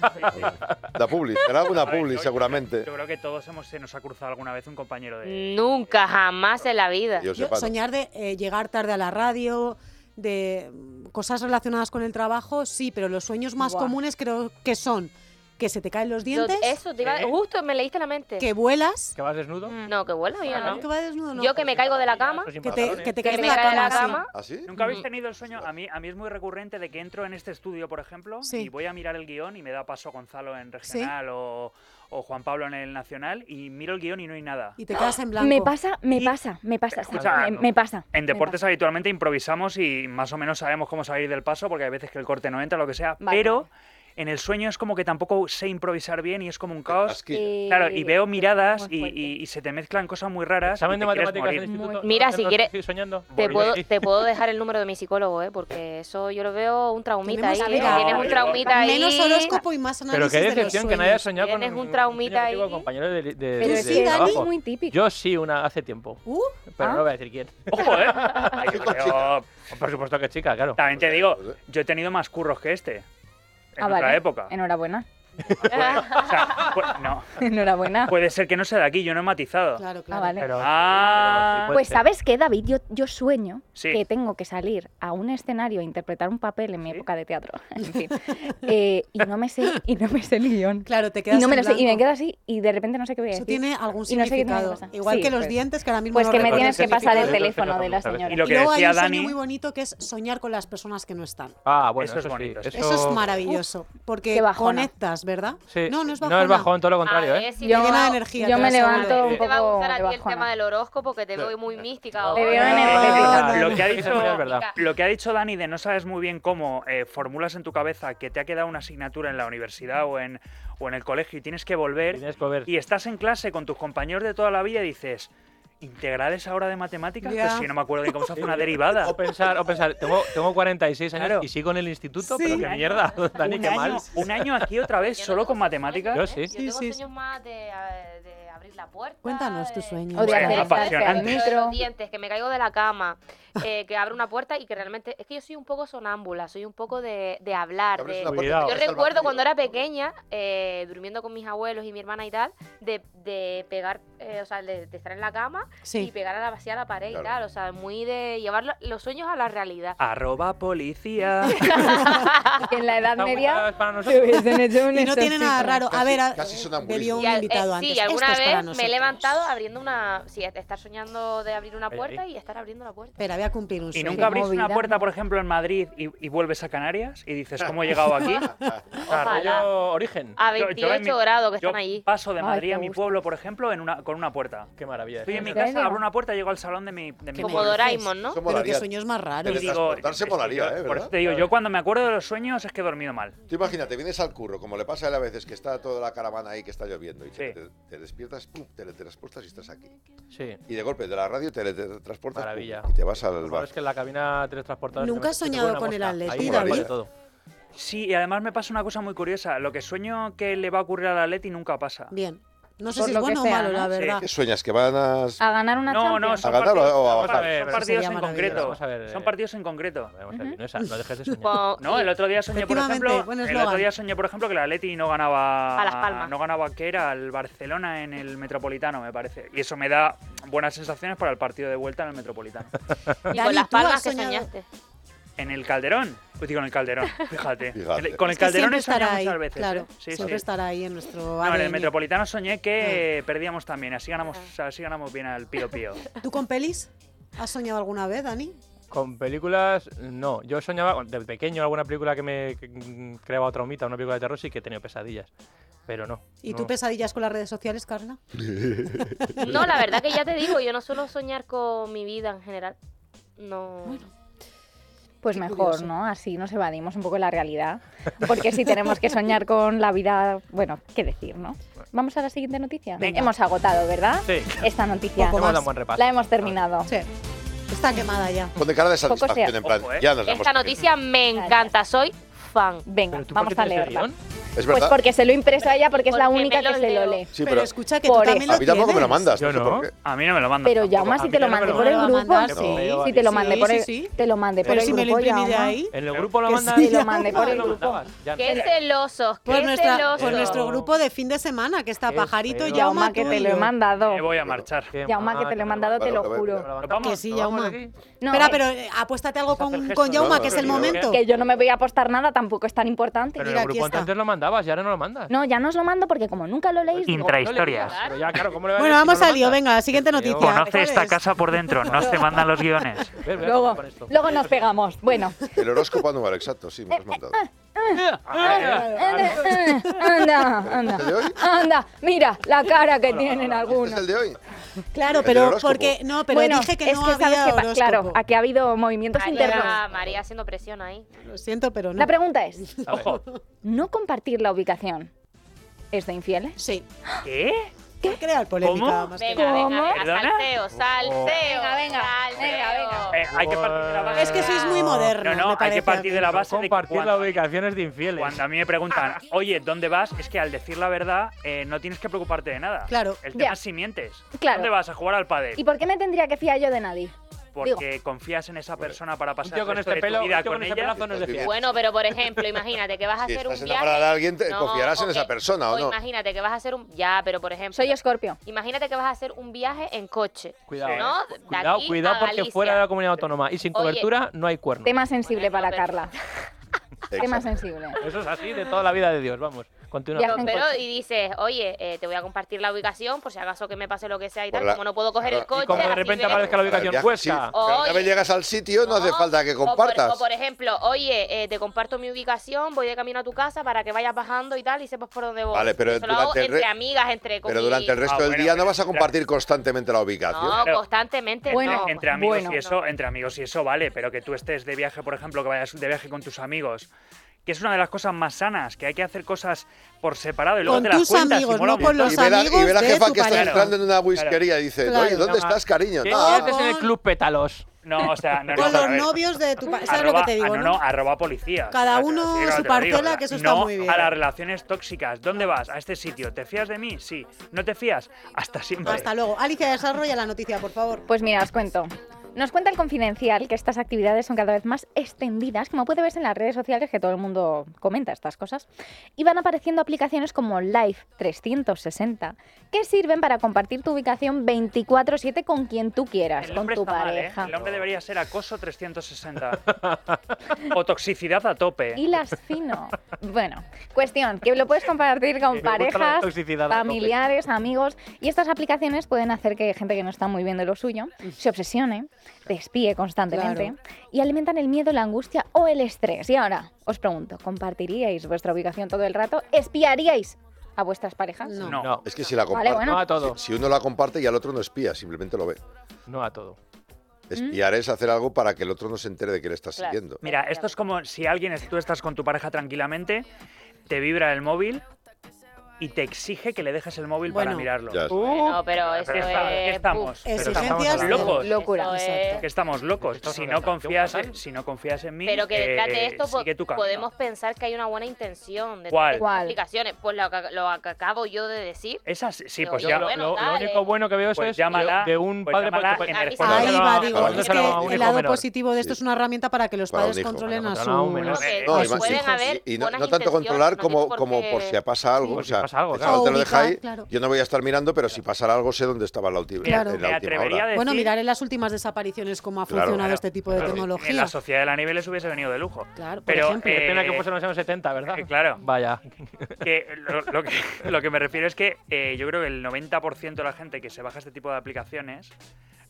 Speaker 3: La publi, será alguna
Speaker 5: A ver,
Speaker 3: publi
Speaker 5: yo-
Speaker 3: seguramente.
Speaker 5: Yo creo que todos hemos, se nos ha cruzado alguna vez un compañero de...
Speaker 7: Nunca, jamás en la vida.
Speaker 3: Dios
Speaker 2: Yo
Speaker 3: sepa, ¿no?
Speaker 2: soñar de eh, llegar tarde a la radio, de mm, cosas relacionadas con el trabajo, sí, pero los sueños más
Speaker 4: Buah.
Speaker 2: comunes creo que son que se te caen los
Speaker 7: Yo-
Speaker 2: dientes,
Speaker 7: Eso, te iba-
Speaker 6: Sí.
Speaker 7: justo me leíste la mente.
Speaker 2: que vuelas,
Speaker 6: ¿Que vas desnudo?
Speaker 7: No, que vuelo yo
Speaker 2: Ah,
Speaker 7: no.
Speaker 2: que vas desnudo, no.
Speaker 7: Yo Mm. que me caigo de la cama,
Speaker 6: Eso sin
Speaker 2: Que te,
Speaker 6: pantalones.
Speaker 2: que te
Speaker 7: que
Speaker 2: caes
Speaker 7: me
Speaker 2: de la
Speaker 7: caigo de la
Speaker 2: cama, sí.
Speaker 7: cama.
Speaker 3: ¿Ah, sí?
Speaker 5: ¿Nunca
Speaker 4: Mm.
Speaker 5: habéis tenido el sueño? A mí, a mí es muy recurrente de que entro en este estudio, por ejemplo,
Speaker 2: Sí.
Speaker 5: y voy a mirar el guión y me da paso Gonzalo en
Speaker 2: Sí.
Speaker 5: regional o, o Juan Pablo en el nacional y miro el guión y no hay nada.
Speaker 2: y te quedas en blanco.
Speaker 4: Me pasa, me
Speaker 5: Y-
Speaker 4: pasa, me pasa, sí,
Speaker 5: Escucha,
Speaker 4: me, me pasa. me
Speaker 5: En deportes
Speaker 4: pasa.
Speaker 5: habitualmente improvisamos y más o menos sabemos cómo salir del paso porque hay veces que el corte no entra, lo que sea,
Speaker 4: Vale.
Speaker 5: pero en el sueño es como que tampoco sé improvisar bien y es como un caos.
Speaker 3: Asquillo.
Speaker 5: Claro, y veo
Speaker 4: Eh,
Speaker 5: miradas
Speaker 4: muy
Speaker 5: y,
Speaker 4: fuerte.
Speaker 5: y- y se te mezclan cosas muy raras.
Speaker 6: ¿Saben
Speaker 5: y
Speaker 6: de
Speaker 5: te quieres
Speaker 6: matemáticas en el
Speaker 5: morir.
Speaker 6: instituto?
Speaker 7: Mira,
Speaker 6: ¿No
Speaker 7: si
Speaker 6: hacen
Speaker 7: quieres-
Speaker 6: los- sí, soñando?
Speaker 7: Te
Speaker 6: Porque-
Speaker 7: puedo, te puedo dejar el número de mi psicólogo, ¿eh? porque eso yo lo veo un traumita ahí.
Speaker 2: Tenemos-
Speaker 7: ¿eh?
Speaker 2: mira,
Speaker 7: Tienes un traumita ahí.
Speaker 2: Menos horóscopo y más
Speaker 6: Pero
Speaker 2: análisis
Speaker 6: qué
Speaker 2: de los
Speaker 6: decepción que nadie haya
Speaker 2: sueños.
Speaker 6: soñado con
Speaker 7: Tienes un
Speaker 6: sueño
Speaker 7: traumita
Speaker 6: contigo,
Speaker 7: ahí.
Speaker 6: compañeros de, de- de-
Speaker 4: Pero
Speaker 6: de
Speaker 2: sí, Dani.
Speaker 4: es
Speaker 6: trabajo.
Speaker 4: muy típico.
Speaker 6: Yo sí, una hace tiempo.
Speaker 2: Uh,
Speaker 6: Pero
Speaker 4: Ah.
Speaker 6: no voy a decir quién.
Speaker 5: Ojo, ¿eh? Ay, pero-
Speaker 6: Por supuesto que es chica, claro.
Speaker 5: también te digo,
Speaker 3: Pues, eh.
Speaker 5: yo he tenido más curros que este. En
Speaker 4: Ah,
Speaker 5: otra
Speaker 4: vale.
Speaker 5: época.
Speaker 4: Enhorabuena.
Speaker 5: O sea, pu- no,
Speaker 4: Enhorabuena.
Speaker 5: puede ser que no sea de aquí, yo no he matizado.
Speaker 2: claro, claro.
Speaker 4: Ah, vale.
Speaker 6: Pero,
Speaker 5: Ah.
Speaker 6: pero sí puede
Speaker 4: Pues
Speaker 6: ser.
Speaker 4: sabes qué, David, yo, yo sueño
Speaker 5: Sí.
Speaker 4: que tengo que salir a un escenario a interpretar un papel en mi
Speaker 5: ¿Sí?
Speaker 4: época de teatro. En fin. Eh, y no me sé, y no me sé el guión.
Speaker 2: Claro, te
Speaker 4: Y
Speaker 2: quedas
Speaker 4: no me
Speaker 2: en
Speaker 4: lo sé, y me
Speaker 2: blanco.
Speaker 4: quedo así y de repente no sé qué voy a
Speaker 2: Eso
Speaker 4: decir.
Speaker 2: tiene algún
Speaker 4: Y no sé qué tiene que
Speaker 2: significado.
Speaker 4: pasar.
Speaker 2: Igual
Speaker 4: Sí,
Speaker 2: que los
Speaker 4: pues.
Speaker 2: dientes, que ahora mismo
Speaker 4: Pues
Speaker 2: no
Speaker 4: que me
Speaker 2: recuerdo
Speaker 4: tienes que pasar el
Speaker 6: significado.
Speaker 4: teléfono de la
Speaker 6: Y lo
Speaker 4: señora.
Speaker 5: Y lo
Speaker 2: Y
Speaker 5: que
Speaker 2: luego hay
Speaker 5: decía
Speaker 2: un sueño
Speaker 5: Dani.
Speaker 2: muy bonito que es soñar con las personas que no están.
Speaker 6: Ah, bueno,
Speaker 5: Eso
Speaker 6: eso,
Speaker 5: es bonito,
Speaker 6: sí.
Speaker 5: eso-
Speaker 2: Eso, es maravilloso, porque
Speaker 4: Qué bajona.
Speaker 2: conectas, ¿verdad?
Speaker 6: Sí.
Speaker 2: No, no es bajona.
Speaker 6: No es bajón, todo lo contrario,
Speaker 7: Ah,
Speaker 6: ¿eh?
Speaker 7: eh, sí,
Speaker 4: Yo-
Speaker 7: te
Speaker 2: llena de
Speaker 7: va-
Speaker 2: energía.
Speaker 4: yo
Speaker 2: te
Speaker 4: me
Speaker 2: vas a
Speaker 4: levanto
Speaker 2: volver.
Speaker 4: un
Speaker 7: Te va a
Speaker 4: poco
Speaker 7: gustar
Speaker 4: de
Speaker 7: a ti el
Speaker 4: bajona.
Speaker 7: tema del horóscopo, que te veo muy mística ahora.
Speaker 4: Te veo en
Speaker 2: energética.
Speaker 5: Lo que ha
Speaker 6: Eso sí
Speaker 5: dicho-
Speaker 6: es verdad.
Speaker 5: Lo que ha dicho Dani de no sabes muy bien cómo eh, formulas en tu cabeza que te ha quedado una asignatura en la universidad o en, o en el colegio y tienes que volver
Speaker 6: Tienes que ver.
Speaker 5: y estás en clase con tus compañeros de toda la vida y dices, ¿integrales ahora de matemáticas?
Speaker 2: Ya.
Speaker 5: Pues si no me acuerdo ni cómo se hace una
Speaker 6: O
Speaker 5: derivada.
Speaker 6: pensar, o pensar, tengo, tengo 46 años
Speaker 5: Claro.
Speaker 6: y sigo en el instituto,
Speaker 2: Sí.
Speaker 6: pero qué mierda, Dani,
Speaker 5: un,
Speaker 6: qué
Speaker 5: año,
Speaker 6: mal.
Speaker 5: un año aquí otra vez solo con matemáticas.
Speaker 6: Yo sí.
Speaker 7: Yo tengo
Speaker 2: Sí, sí,
Speaker 7: sueños más de, eh, de abrir la puerta.
Speaker 2: Cuéntanos tus
Speaker 7: de-
Speaker 2: sueños.
Speaker 4: O de
Speaker 5: Bueno,
Speaker 4: hacer estar al
Speaker 5: apasionante.
Speaker 7: Lo de
Speaker 4: metro.
Speaker 7: los dientes, que me caigo de la cama, eh, que abro una puerta y que realmente. Es que yo soy un poco sonámbula, soy un poco de, de hablar.
Speaker 3: Abres
Speaker 7: de-
Speaker 3: la puerta y
Speaker 6: Cuidado.
Speaker 7: yo
Speaker 3: te vas al
Speaker 7: recuerdo
Speaker 3: vacío.
Speaker 7: cuando era pequeña, eh, durmiendo con mis abuelos y mi hermana y tal, de, de pegar, eh, o sea, de, de estar en la cama y
Speaker 2: Sí.
Speaker 7: pegar a la, así a la pared
Speaker 3: Claro.
Speaker 7: y tal. O sea, muy de llevar lo- los sueños a la realidad.
Speaker 5: Arroba policía.
Speaker 4: Que en la Edad
Speaker 6: Está
Speaker 4: Media
Speaker 6: guay para
Speaker 4: se
Speaker 6: nosotros.
Speaker 4: hubiesen hecho un
Speaker 2: Y no tiene nada
Speaker 4: exorcismo.
Speaker 2: raro. A ver, a-
Speaker 3: casi
Speaker 2: debió
Speaker 3: sonambulismo.
Speaker 2: Ah, un
Speaker 7: Y al- eh,
Speaker 2: invitado antes.
Speaker 7: sí, y alguna
Speaker 2: Esto es para
Speaker 7: vez me he
Speaker 2: nosotros.
Speaker 7: levantado abriendo una. Sí, estar soñando de abrir una
Speaker 5: Eh,
Speaker 6: Ahí,
Speaker 7: puerta
Speaker 6: ahí.
Speaker 7: y estar abriendo la puerta.
Speaker 2: Espera, voy a cumplir un
Speaker 5: ¿Y
Speaker 2: sueño.
Speaker 5: nunca abrís una
Speaker 4: Movida.
Speaker 5: puerta, por ejemplo, en Madrid y, y vuelves a Canarias y dices, ¿cómo he llegado aquí?
Speaker 3: Ah,
Speaker 7: Ojalá.
Speaker 6: Rollo origen.
Speaker 7: A
Speaker 5: Yo- yo en
Speaker 7: 28
Speaker 5: mi-
Speaker 7: grados que
Speaker 5: Yo
Speaker 7: están allí.
Speaker 5: paso de
Speaker 4: Ay,
Speaker 5: Madrid
Speaker 4: qué
Speaker 5: a mi
Speaker 4: gusto.
Speaker 5: pueblo, por ejemplo, en una, con una puerta.
Speaker 6: Qué maravilla.
Speaker 5: Estoy en mi
Speaker 4: ¿En
Speaker 5: casa,
Speaker 4: serio?
Speaker 5: abro una puerta, llego al salón de mi, de mi
Speaker 2: me
Speaker 7: Como
Speaker 5: pueblo.
Speaker 2: dices?
Speaker 7: Doraemon, ¿no?
Speaker 3: Eso
Speaker 2: Pero qué
Speaker 3: molaría.
Speaker 2: sueños más
Speaker 5: Y
Speaker 2: raros.
Speaker 3: Pero- Teletransportarse
Speaker 5: es que
Speaker 3: molaría, ¿eh?
Speaker 5: yo- Por
Speaker 3: ¿Verdad?
Speaker 5: eso te digo, yo cuando me acuerdo de los sueños es que he dormido mal.
Speaker 3: Tú imagínate, vienes al curro, como le pasa a él a veces, que está toda la caravana ahí que está lloviendo y te,
Speaker 5: Sí.
Speaker 3: te despiertas, pum, te teletransportas y estás aquí.
Speaker 6: Sí.
Speaker 3: Y de golpe de la radio te teletransportas pum,
Speaker 6: Maravilla.
Speaker 3: y te vas
Speaker 6: Lo
Speaker 3: al
Speaker 6: mejor
Speaker 3: bar.
Speaker 6: es que en la cabina teletransportada.
Speaker 2: Nunca
Speaker 6: te
Speaker 2: has
Speaker 6: metes- te
Speaker 2: soñado
Speaker 6: pone una
Speaker 2: con el
Speaker 6: mosca. Ahí
Speaker 2: Atleti,
Speaker 6: mola
Speaker 3: David.
Speaker 6: todo.
Speaker 5: Sí, y además me pasa una cosa muy curiosa. Lo que sueño que le va a ocurrir al Atleti nunca pasa.
Speaker 2: Bien. No sé
Speaker 4: Por
Speaker 2: si es
Speaker 4: lo que
Speaker 2: bueno o
Speaker 4: sea,
Speaker 2: malo,
Speaker 4: ¿no?
Speaker 2: la
Speaker 5: Sí.
Speaker 2: verdad.
Speaker 3: ¿Qué sueñas? ¿Que van a...?
Speaker 4: A ganar una
Speaker 5: No, no,
Speaker 4: Champions.
Speaker 5: son
Speaker 3: ¿A ganar o
Speaker 5: partidos,
Speaker 3: a
Speaker 5: son
Speaker 3: avanzar?
Speaker 5: partidos- son
Speaker 6: Eso
Speaker 5: partidos
Speaker 2: sería
Speaker 5: en
Speaker 2: maravilloso.
Speaker 5: concreto.
Speaker 6: Vamos a ver,
Speaker 5: Son
Speaker 6: eh.
Speaker 5: partidos en concreto.
Speaker 6: Vamos a ver, Vanessa, no dejes de soñar.
Speaker 7: Con-
Speaker 5: No,
Speaker 7: sí.
Speaker 5: el otro día soñé, por
Speaker 2: Efectivamente,
Speaker 5: ejemplo,
Speaker 2: buen
Speaker 5: el otro
Speaker 2: eslogan.
Speaker 5: día soñé, por ejemplo, que el Atleti no ganaba
Speaker 7: A Las Palmas.
Speaker 5: no ganaba que era al Barcelona en el Metropolitano, me parece. Y eso me da buenas sensaciones para el partido de vuelta en el Metropolitano.
Speaker 7: Y
Speaker 2: Dani,
Speaker 7: con las
Speaker 2: ¿tú has
Speaker 7: palmas que
Speaker 2: soñado?
Speaker 7: soñaste.
Speaker 5: En el Calderón, pues digo en el Calderón, fíjate.
Speaker 3: Fíjate.
Speaker 5: El- Con el
Speaker 2: Es que
Speaker 5: Calderón
Speaker 2: siempre
Speaker 5: he soñado
Speaker 2: estará ahí,
Speaker 5: muchas veces.
Speaker 2: claro.
Speaker 5: ¿eh? Sí,
Speaker 2: siempre
Speaker 5: sí.
Speaker 2: estará ahí en nuestro
Speaker 5: No, en el
Speaker 2: ADN.
Speaker 5: Metropolitano soñé que perdíamos también, así ganamos, así ganamos bien al Pío Pío.
Speaker 2: ¿Tú con pelis? ¿Has soñado alguna vez, Dani?
Speaker 6: Con películas, no. Yo soñaba de pequeño alguna película que me que, mm, creaba traumita, una película de terror, sí que he tenido pesadillas. Pero no.
Speaker 2: ¿Y
Speaker 6: no.
Speaker 2: tú pesadillas con las redes sociales, Carla?
Speaker 7: No, la verdad que ya te digo, yo no suelo soñar con mi vida en general. No.
Speaker 4: Pues
Speaker 2: Qué
Speaker 4: mejor,
Speaker 2: curioso.
Speaker 4: ¿no? Así nos evadimos un poco la realidad. Porque si tenemos que soñar con la vida, bueno, qué decir, ¿no? Vamos a la siguiente noticia.
Speaker 5: Venga.
Speaker 4: Hemos agotado, ¿verdad?
Speaker 6: Sí.
Speaker 4: Esta noticia.
Speaker 2: Poco
Speaker 6: Hemos dado
Speaker 2: más.
Speaker 6: un buen repaso.
Speaker 4: La hemos terminado.
Speaker 2: Sí. Está quemada ya.
Speaker 3: Con de cara de satisfacción,
Speaker 4: sea.
Speaker 3: en plan,
Speaker 5: Ojo, ¿eh?
Speaker 3: ya nos damos
Speaker 7: Esta noticia me encanta, soy fan.
Speaker 4: Venga,
Speaker 6: Pero tú, ¿por
Speaker 4: vamos
Speaker 6: qué
Speaker 4: a
Speaker 6: tienes el
Speaker 4: leerla.
Speaker 6: guión?
Speaker 3: Es
Speaker 4: Pues
Speaker 3: verdad.
Speaker 4: porque se lo he impreso a ella porque es la
Speaker 7: Porque me
Speaker 4: única que
Speaker 7: lo
Speaker 4: se lo
Speaker 7: leo.
Speaker 4: lee.
Speaker 3: Sí,
Speaker 2: pero
Speaker 3: pero
Speaker 2: escucha que tú
Speaker 4: por
Speaker 2: también
Speaker 4: eso.
Speaker 2: lo
Speaker 3: a mí tampoco me lo
Speaker 2: tienes.
Speaker 3: mandas.
Speaker 6: Yo
Speaker 3: sé
Speaker 6: no.
Speaker 3: por qué.
Speaker 5: A mí no me lo mandan.
Speaker 4: Pero yo
Speaker 6: tampoco.
Speaker 4: aún
Speaker 6: A
Speaker 4: así
Speaker 6: mí
Speaker 4: te
Speaker 6: yo
Speaker 4: lo
Speaker 6: no me
Speaker 4: mandé
Speaker 6: lo
Speaker 4: por el
Speaker 2: van a
Speaker 4: grupo.
Speaker 2: mandar,
Speaker 6: sí.
Speaker 4: Sí, si te lo mandé
Speaker 2: Sí,
Speaker 4: por
Speaker 2: sí,
Speaker 4: el
Speaker 2: sí.
Speaker 4: te lo mandé por
Speaker 2: Pero
Speaker 4: el
Speaker 2: si me lo
Speaker 4: grupo
Speaker 2: imprimí de
Speaker 4: Jaume.
Speaker 2: ahí.
Speaker 6: En el grupo lo
Speaker 2: Que
Speaker 6: mandan.
Speaker 2: sí,
Speaker 4: Te lo mandé por
Speaker 6: Ah,
Speaker 4: el
Speaker 6: lo
Speaker 4: grupo.
Speaker 6: mandabas, ya no.
Speaker 7: Qué celosos, qué
Speaker 4: pues
Speaker 2: Por, nuestra,
Speaker 7: celosos.
Speaker 2: por nuestro grupo de fin de semana, que está
Speaker 6: Qué
Speaker 2: Pajarito,
Speaker 6: feo.
Speaker 2: Yauma,
Speaker 4: Jauma,
Speaker 2: tú
Speaker 4: que te
Speaker 2: y
Speaker 4: lo he
Speaker 2: yo.
Speaker 4: mandado.
Speaker 5: Me voy a marchar.
Speaker 6: Qué
Speaker 4: Jauma, que
Speaker 6: Ah,
Speaker 4: te lo he mandado, te lo
Speaker 3: Vale, vale,
Speaker 4: juro.
Speaker 2: Que sí,
Speaker 6: ¿Nos vamos
Speaker 2: Jaume.
Speaker 6: de aquí?
Speaker 4: No,
Speaker 2: Espera, pero eh, apuéstate algo
Speaker 6: Vamos a hacer
Speaker 2: con,
Speaker 6: gesto,
Speaker 2: con Yauma,
Speaker 3: ¿no?
Speaker 2: que es el
Speaker 3: Pero-
Speaker 2: momento.
Speaker 4: que yo no me voy a apostar nada, tampoco es tan importante.
Speaker 6: Pero en
Speaker 2: Mira,
Speaker 6: el
Speaker 2: aquí
Speaker 6: grupo
Speaker 2: está.
Speaker 6: antes lo mandabas y ahora no lo mandas.
Speaker 4: No, ya no os lo mando porque como nunca lo leéis, digo,
Speaker 5: Intrahistorias.
Speaker 6: Pero ya, claro, ¿cómo le vas a
Speaker 2: Bueno,
Speaker 6: decir
Speaker 2: vamos
Speaker 6: que no
Speaker 2: al
Speaker 6: lo
Speaker 2: lío,
Speaker 6: mandas?
Speaker 2: venga, siguiente
Speaker 6: Qué feo.
Speaker 2: noticia.
Speaker 5: Conoce esta
Speaker 7: pues.
Speaker 2: ¿Cuál es?
Speaker 5: casa por dentro, no se mandan los guiones.
Speaker 6: Ve, ve,
Speaker 4: luego,
Speaker 6: con esto.
Speaker 4: luego nos pegamos. Bueno,
Speaker 3: El horóscopo anual, exacto, sí, me lo has mandado.
Speaker 4: Eh, Anda, anda,
Speaker 3: ¿Este de hoy?
Speaker 4: anda, mira la cara que tienen
Speaker 3: ¿Este es
Speaker 4: algunos.
Speaker 3: el de hoy?
Speaker 2: Claro,
Speaker 3: El del
Speaker 2: pero
Speaker 3: horóscopo.
Speaker 2: porque no, pero
Speaker 4: bueno,
Speaker 2: dije que
Speaker 4: es
Speaker 2: no
Speaker 4: que sabes
Speaker 2: había
Speaker 4: que, pa-
Speaker 2: horóscopo.
Speaker 4: claro, aquí ha habido movimientos internos.
Speaker 7: María, María haciendo presión ahí.
Speaker 2: Lo siento, pero no.
Speaker 4: La pregunta es,
Speaker 6: A ver.
Speaker 5: Ojo.
Speaker 4: ¿no compartir la ubicación es de infieles?
Speaker 2: Sí.
Speaker 5: ¿Qué?
Speaker 2: ¿Qué? crear polémica
Speaker 5: ¿Cómo?
Speaker 2: más que
Speaker 7: Venga, venga, venga,
Speaker 5: ¿Perdona?
Speaker 7: salseo, salseo.
Speaker 4: Venga, venga, venga, venga.
Speaker 5: Eh, hay que partir de la
Speaker 2: nada.
Speaker 5: base.
Speaker 2: Es que sois muy
Speaker 5: No,
Speaker 2: modernos.
Speaker 5: no,
Speaker 2: me
Speaker 5: hay que
Speaker 2: parece
Speaker 5: partir
Speaker 2: a
Speaker 5: de la
Speaker 2: mí.
Speaker 5: base de que
Speaker 6: Compartir la
Speaker 5: cuando-
Speaker 6: ubicación es de infieles.
Speaker 5: Cuando a mí me preguntan, oye, ¿dónde vas? Es que al decir la verdad eh, no tienes que preocuparte de nada.
Speaker 2: Claro.
Speaker 5: El
Speaker 4: Ya.
Speaker 5: tema es si mientes.
Speaker 4: Claro.
Speaker 5: ¿Dónde vas a jugar al pádel?
Speaker 4: ¿Y por qué me tendría que fiar yo de nadie?
Speaker 5: Porque confías en esa persona para
Speaker 6: Un
Speaker 5: pasar
Speaker 6: tío
Speaker 5: el
Speaker 6: con
Speaker 5: resto
Speaker 6: este
Speaker 5: de tu
Speaker 6: pelo, un
Speaker 5: vida
Speaker 6: tío con
Speaker 5: con
Speaker 6: ese
Speaker 5: ella.
Speaker 6: pelazo no es de fiar.
Speaker 7: Bueno, pero por ejemplo, imagínate que vas a
Speaker 3: Si
Speaker 7: hacer un
Speaker 3: estás
Speaker 7: viaje.
Speaker 3: enamorada de alguien, te confiarás en
Speaker 7: o
Speaker 3: esa
Speaker 7: que-
Speaker 3: persona, ¿o no?
Speaker 7: Imagínate que vas a hacer un. Ya, pero por ejemplo.
Speaker 4: Soy escorpio.
Speaker 7: Imagínate que vas a hacer un viaje en coche.
Speaker 6: Cuidado,
Speaker 7: ¿no?
Speaker 6: eh.
Speaker 7: De
Speaker 6: cuidado,
Speaker 7: aquí
Speaker 6: cuidado
Speaker 7: a
Speaker 6: porque
Speaker 7: Galicia.
Speaker 6: fuera de la comunidad autónoma y sin
Speaker 7: Oye.
Speaker 6: cobertura no hay cuerno.
Speaker 4: Tema sensible
Speaker 7: Bueno,
Speaker 4: para
Speaker 7: pero-
Speaker 4: Carla. Tema
Speaker 3: Exacto.
Speaker 4: sensible.
Speaker 6: Eso es así de toda la vida de Dios, vamos. Continúa.
Speaker 4: Ya.
Speaker 7: Pero, pero- y dices, oye, eh, te voy a compartir la ubicación por si acaso que me pase lo que sea y
Speaker 3: Por
Speaker 7: tal.
Speaker 3: la-
Speaker 7: Como no puedo coger
Speaker 3: Claro.
Speaker 7: el coche.
Speaker 6: Y como de
Speaker 7: así
Speaker 6: repente
Speaker 7: veo-
Speaker 6: aparezca la
Speaker 3: Para el
Speaker 6: ubicación
Speaker 3: viaje, sí,
Speaker 6: puesta.
Speaker 3: pero una
Speaker 7: Oye.
Speaker 3: vez llegas al sitio no hace falta que
Speaker 7: O por- O por,
Speaker 3: compartas.
Speaker 7: ejemplo, oye, eh, te comparto mi ubicación, voy de camino a tu casa para que vayas bajando y tal y sepas por dónde voy.
Speaker 3: Vale, pero
Speaker 7: Eso lo hago
Speaker 3: durante el
Speaker 7: entre
Speaker 3: re-
Speaker 7: amigas, entre
Speaker 3: Pero durante el resto
Speaker 5: Ah,
Speaker 3: del
Speaker 5: bueno,
Speaker 3: día no
Speaker 5: pero-
Speaker 3: vas a compartir constantemente la ubicación.
Speaker 7: No,
Speaker 5: Pero-
Speaker 7: constantemente
Speaker 4: Bueno,
Speaker 7: no.
Speaker 5: entre, entre amigos
Speaker 4: bueno.
Speaker 5: y eso, entre amigos y eso vale, pero que tú estés de viaje, por ejemplo, que vayas de viaje con tus amigos, que es una de las cosas más sanas, que hay que hacer cosas por separado y luego
Speaker 2: Con
Speaker 5: te las
Speaker 2: tus
Speaker 5: cuentas y
Speaker 2: amigos,
Speaker 5: mola
Speaker 2: no
Speaker 5: un
Speaker 2: con los
Speaker 3: y
Speaker 5: montón.
Speaker 3: ve la, y ve la
Speaker 2: amigos de
Speaker 3: jefa
Speaker 2: tu
Speaker 3: que está
Speaker 5: pareja.
Speaker 3: entrando en una whiskería y dice,
Speaker 2: Claro.
Speaker 3: oye, ¿dónde estás, cariño?
Speaker 6: ¿Qué
Speaker 3: "Nada".
Speaker 6: haces en el club pétalos?
Speaker 5: No, o sea, no, no,
Speaker 2: Con
Speaker 5: o sea,
Speaker 2: los
Speaker 5: a ver,
Speaker 2: novios de tu pa- ¿Sabes lo
Speaker 5: arroba-
Speaker 2: que te digo?
Speaker 5: ah, no, no, arroba policía.
Speaker 2: Cada
Speaker 5: O sea,
Speaker 2: uno su
Speaker 5: te digo, te lo digo,
Speaker 2: parcela,
Speaker 5: o sea,
Speaker 2: que eso
Speaker 5: no
Speaker 2: está muy bien.
Speaker 5: a las relaciones tóxicas. ¿Dónde vas? A este sitio. ¿Te fías de mí? Sí. ¿No te fías? Hasta siempre.
Speaker 2: Hasta luego. Alicia, desarrolla la noticia, por favor.
Speaker 4: Pues mira, os cuento. Nos cuenta el confidencial que estas actividades son cada vez más extendidas, como puede verse en las redes sociales que todo el mundo comenta estas cosas, y van apareciendo aplicaciones como Live 360 que sirven para compartir tu ubicación 24/7 con quien tú quieras,
Speaker 5: El
Speaker 4: con
Speaker 5: hombre
Speaker 4: tu
Speaker 5: está mal, ¿eh?
Speaker 4: pareja.
Speaker 5: El hombre debería ser acoso 360. o toxicidad a tope.
Speaker 4: Y las fino. Bueno, cuestión, que lo puedes compartir con
Speaker 6: Me gusta la
Speaker 4: parejas,
Speaker 6: toxicidad a tope.
Speaker 4: familiares, amigos, y estas aplicaciones pueden hacer que gente que no está muy bien de lo suyo se obsesione, te espíe constantemente y alimentan el miedo, la angustia o el estrés. Y ahora, os pregunto, ¿compartiríais vuestra ubicación todo el rato? ¿Espiaríais a vuestras parejas?
Speaker 2: No.
Speaker 5: No.
Speaker 6: No,
Speaker 3: Es que si la
Speaker 4: Vale,
Speaker 3: comparte,
Speaker 4: bueno.
Speaker 6: no a todo.
Speaker 3: si uno la comparte y al otro no espía, simplemente lo ve.
Speaker 2: Mm.
Speaker 6: No a todo.
Speaker 3: Espiar es hacer algo para que el otro no se entere de que le estás
Speaker 7: Claro.
Speaker 3: siguiendo.
Speaker 5: Mira, esto es como si alguien, tú estás con tu pareja tranquilamente, te vibra el móvil y te exige que le dejes el móvil para
Speaker 2: Bueno.
Speaker 5: mirarlo.
Speaker 3: Ya.
Speaker 7: No, pero eso
Speaker 5: ¿Qué está- qué
Speaker 7: es.
Speaker 5: estamos?
Speaker 7: Uf,
Speaker 5: Pero
Speaker 2: Exigencias
Speaker 5: estamos hablando-
Speaker 2: de-
Speaker 5: locos.
Speaker 4: Locura.
Speaker 7: Eso es.
Speaker 5: Que estamos locos.
Speaker 6: Esto es
Speaker 5: Si
Speaker 6: una
Speaker 5: no
Speaker 6: relación
Speaker 5: confías,
Speaker 6: fatal.
Speaker 5: si no confías en mí,
Speaker 7: Pero que detrás de
Speaker 5: eh,
Speaker 7: esto po-
Speaker 5: sigue tu camino.
Speaker 7: podemos pensar que hay una buena intención de
Speaker 5: ¿Cuál?
Speaker 7: todas
Speaker 4: ¿Cuál?
Speaker 7: estas aplicaciones. Pues lo que, lo que acabo yo de decir.
Speaker 5: Esas, sí,
Speaker 7: Yo-
Speaker 5: pues
Speaker 7: yo
Speaker 5: ya.
Speaker 6: lo,
Speaker 7: bueno,
Speaker 6: lo- lo
Speaker 7: dale.
Speaker 6: único bueno que veo eso
Speaker 5: Pues
Speaker 6: es
Speaker 5: llámala,
Speaker 6: de un
Speaker 5: pues
Speaker 6: padre
Speaker 5: llámala
Speaker 6: porque-
Speaker 7: en el-
Speaker 6: cuando
Speaker 2: Ahí
Speaker 6: se lo-
Speaker 2: va, digo.
Speaker 6: cuando se
Speaker 2: Es
Speaker 6: lo
Speaker 2: que
Speaker 6: haga a un
Speaker 2: el
Speaker 6: hijo
Speaker 2: lado
Speaker 6: menor.
Speaker 2: positivo de esto es una herramienta para que los
Speaker 3: Para un
Speaker 2: padres
Speaker 3: hijo,
Speaker 2: controlen
Speaker 3: para
Speaker 2: a
Speaker 6: controlar a un
Speaker 2: su...
Speaker 6: menor.
Speaker 7: que
Speaker 3: No,
Speaker 2: a
Speaker 3: y
Speaker 2: sus
Speaker 3: más-
Speaker 7: pueden
Speaker 2: hijos.
Speaker 7: haber
Speaker 3: Y no,
Speaker 7: buenas
Speaker 3: no tanto
Speaker 7: intenciones,
Speaker 3: controlar
Speaker 7: no
Speaker 3: como,
Speaker 7: digo
Speaker 3: como
Speaker 7: porque-
Speaker 3: por si pasa algo.
Speaker 6: Por
Speaker 3: o
Speaker 6: si
Speaker 3: sea,
Speaker 6: pasa algo,
Speaker 3: el
Speaker 6: claro.
Speaker 3: chaval te lo
Speaker 2: O
Speaker 3: deja ahí,
Speaker 2: ubicar, claro.
Speaker 3: yo no voy a estar mirando, pero si pasa algo sé dónde estaba la, ulti-
Speaker 2: Claro.
Speaker 3: en
Speaker 5: Me
Speaker 3: la última
Speaker 5: atrevería a
Speaker 3: hora.
Speaker 5: decir
Speaker 2: Bueno, mirar en las últimas desapariciones cómo ha
Speaker 3: Claro,
Speaker 2: funcionado
Speaker 3: claro,
Speaker 2: este tipo de
Speaker 3: claro.
Speaker 5: en la
Speaker 2: tecnología.
Speaker 5: sociedad de la nieve les hubiese venido de lujo.
Speaker 2: Claro, por
Speaker 5: pero,
Speaker 2: ejemplo.
Speaker 6: Qué pena que
Speaker 5: eh,
Speaker 6: fuese en los años 70, ¿verdad?
Speaker 5: eh, claro.
Speaker 6: Vaya.
Speaker 5: que lo, lo que, lo que me refiero es que eh, yo creo que el 90% de la gente que se baja este tipo de aplicaciones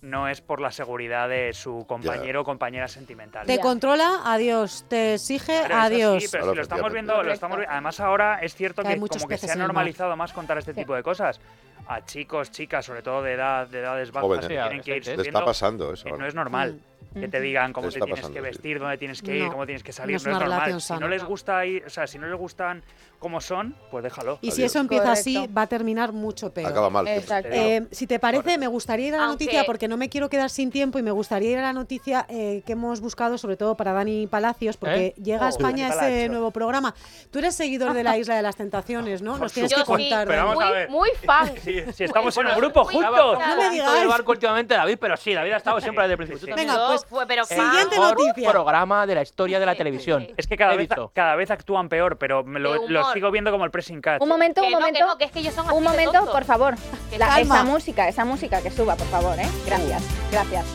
Speaker 5: no es por la seguridad de su compañero o compañera sentimental.
Speaker 2: Te controla, adiós. Te exige,
Speaker 5: Pero eso
Speaker 2: adiós.
Speaker 5: Sí, pero
Speaker 3: Claro,
Speaker 5: si lo estamos
Speaker 3: efectivamente.
Speaker 5: viendo, lo estamos vi- además ahora es cierto
Speaker 2: Que
Speaker 5: que,
Speaker 2: hay muchos
Speaker 5: como que
Speaker 2: peces
Speaker 5: se ha
Speaker 2: en el mar.
Speaker 5: normalizado más contar este
Speaker 4: Sí.
Speaker 5: tipo de cosas a chicos, chicas, sobre todo de edad, de edades bajas,
Speaker 3: Jóvenes.
Speaker 5: que
Speaker 6: Sí,
Speaker 5: tienen que ir
Speaker 6: adolescentes.
Speaker 3: Le está
Speaker 5: subiendo.
Speaker 3: pasando eso.
Speaker 5: Eh, No
Speaker 3: ahora.
Speaker 5: es normal que te digan cómo
Speaker 3: Le
Speaker 5: te
Speaker 3: está
Speaker 5: tienes que
Speaker 3: pasando, sí.
Speaker 5: vestir, dónde tienes que ir,
Speaker 2: Mm. No,
Speaker 5: cómo tienes que
Speaker 2: no
Speaker 5: salir,
Speaker 2: es
Speaker 5: no es,
Speaker 2: una relación
Speaker 5: normal. Si
Speaker 2: sana.
Speaker 5: no les gusta ir- o sea, si no les gustan como son, pues déjalo.
Speaker 2: Y si
Speaker 3: Adiós.
Speaker 2: eso empieza así,
Speaker 4: Correcto.
Speaker 2: va a terminar mucho peor.
Speaker 3: Acaba mal.
Speaker 4: Exacto.
Speaker 2: Eh, si te parece, me gustaría ir a la
Speaker 7: Aunque-
Speaker 2: noticia porque no me quiero quedar sin tiempo y me gustaría ir a la noticia eh, que hemos buscado, sobre todo para Dani Palacios, porque
Speaker 6: ¿Eh?
Speaker 2: llega a
Speaker 5: Oh,
Speaker 2: España
Speaker 5: Dani
Speaker 2: ese
Speaker 5: Palacios.
Speaker 2: nuevo programa. Tú eres seguidor de la Isla de las Tentaciones, ¿no? Nos tienes
Speaker 7: Yo
Speaker 2: que
Speaker 7: sí,
Speaker 2: contar. Dani.
Speaker 6: vamos a
Speaker 7: muy,
Speaker 6: ver.
Speaker 7: muy fan.
Speaker 5: Si estamos en un
Speaker 7: Bueno,
Speaker 5: grupo
Speaker 7: muy
Speaker 5: juntos.
Speaker 7: fan.
Speaker 2: No me
Speaker 6: Tanto
Speaker 2: digas.
Speaker 6: de barco últimamente David, pero sí, David ha estado siempre desde el principio. Tú
Speaker 5: sí.
Speaker 6: también
Speaker 2: Venga,
Speaker 7: Yo
Speaker 2: pues,
Speaker 7: fue, pero
Speaker 6: el
Speaker 7: fan.
Speaker 2: siguiente
Speaker 6: mejor
Speaker 2: noticia.
Speaker 6: programa de la historia de la
Speaker 7: Sí,
Speaker 6: televisión.
Speaker 7: sí, sí.
Speaker 5: Es que cada
Speaker 6: He
Speaker 5: vez,
Speaker 6: visto.
Speaker 5: cada vez actúan peor, pero me lo,
Speaker 7: De
Speaker 5: lo
Speaker 7: humor.
Speaker 5: sigo viendo como el pressing catch.
Speaker 4: Un momento, un
Speaker 7: Que no, que
Speaker 4: momento.
Speaker 7: no, que es que ellos son así
Speaker 4: Un
Speaker 7: de
Speaker 4: momento,
Speaker 7: tontos.
Speaker 4: por favor.
Speaker 7: Que
Speaker 4: La-
Speaker 2: calma.
Speaker 4: esa música, esa música que suba, por favor, ¿eh? Gracias, gracias.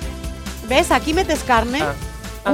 Speaker 2: ¿Ves? Aquí metes carne.
Speaker 6: Ah.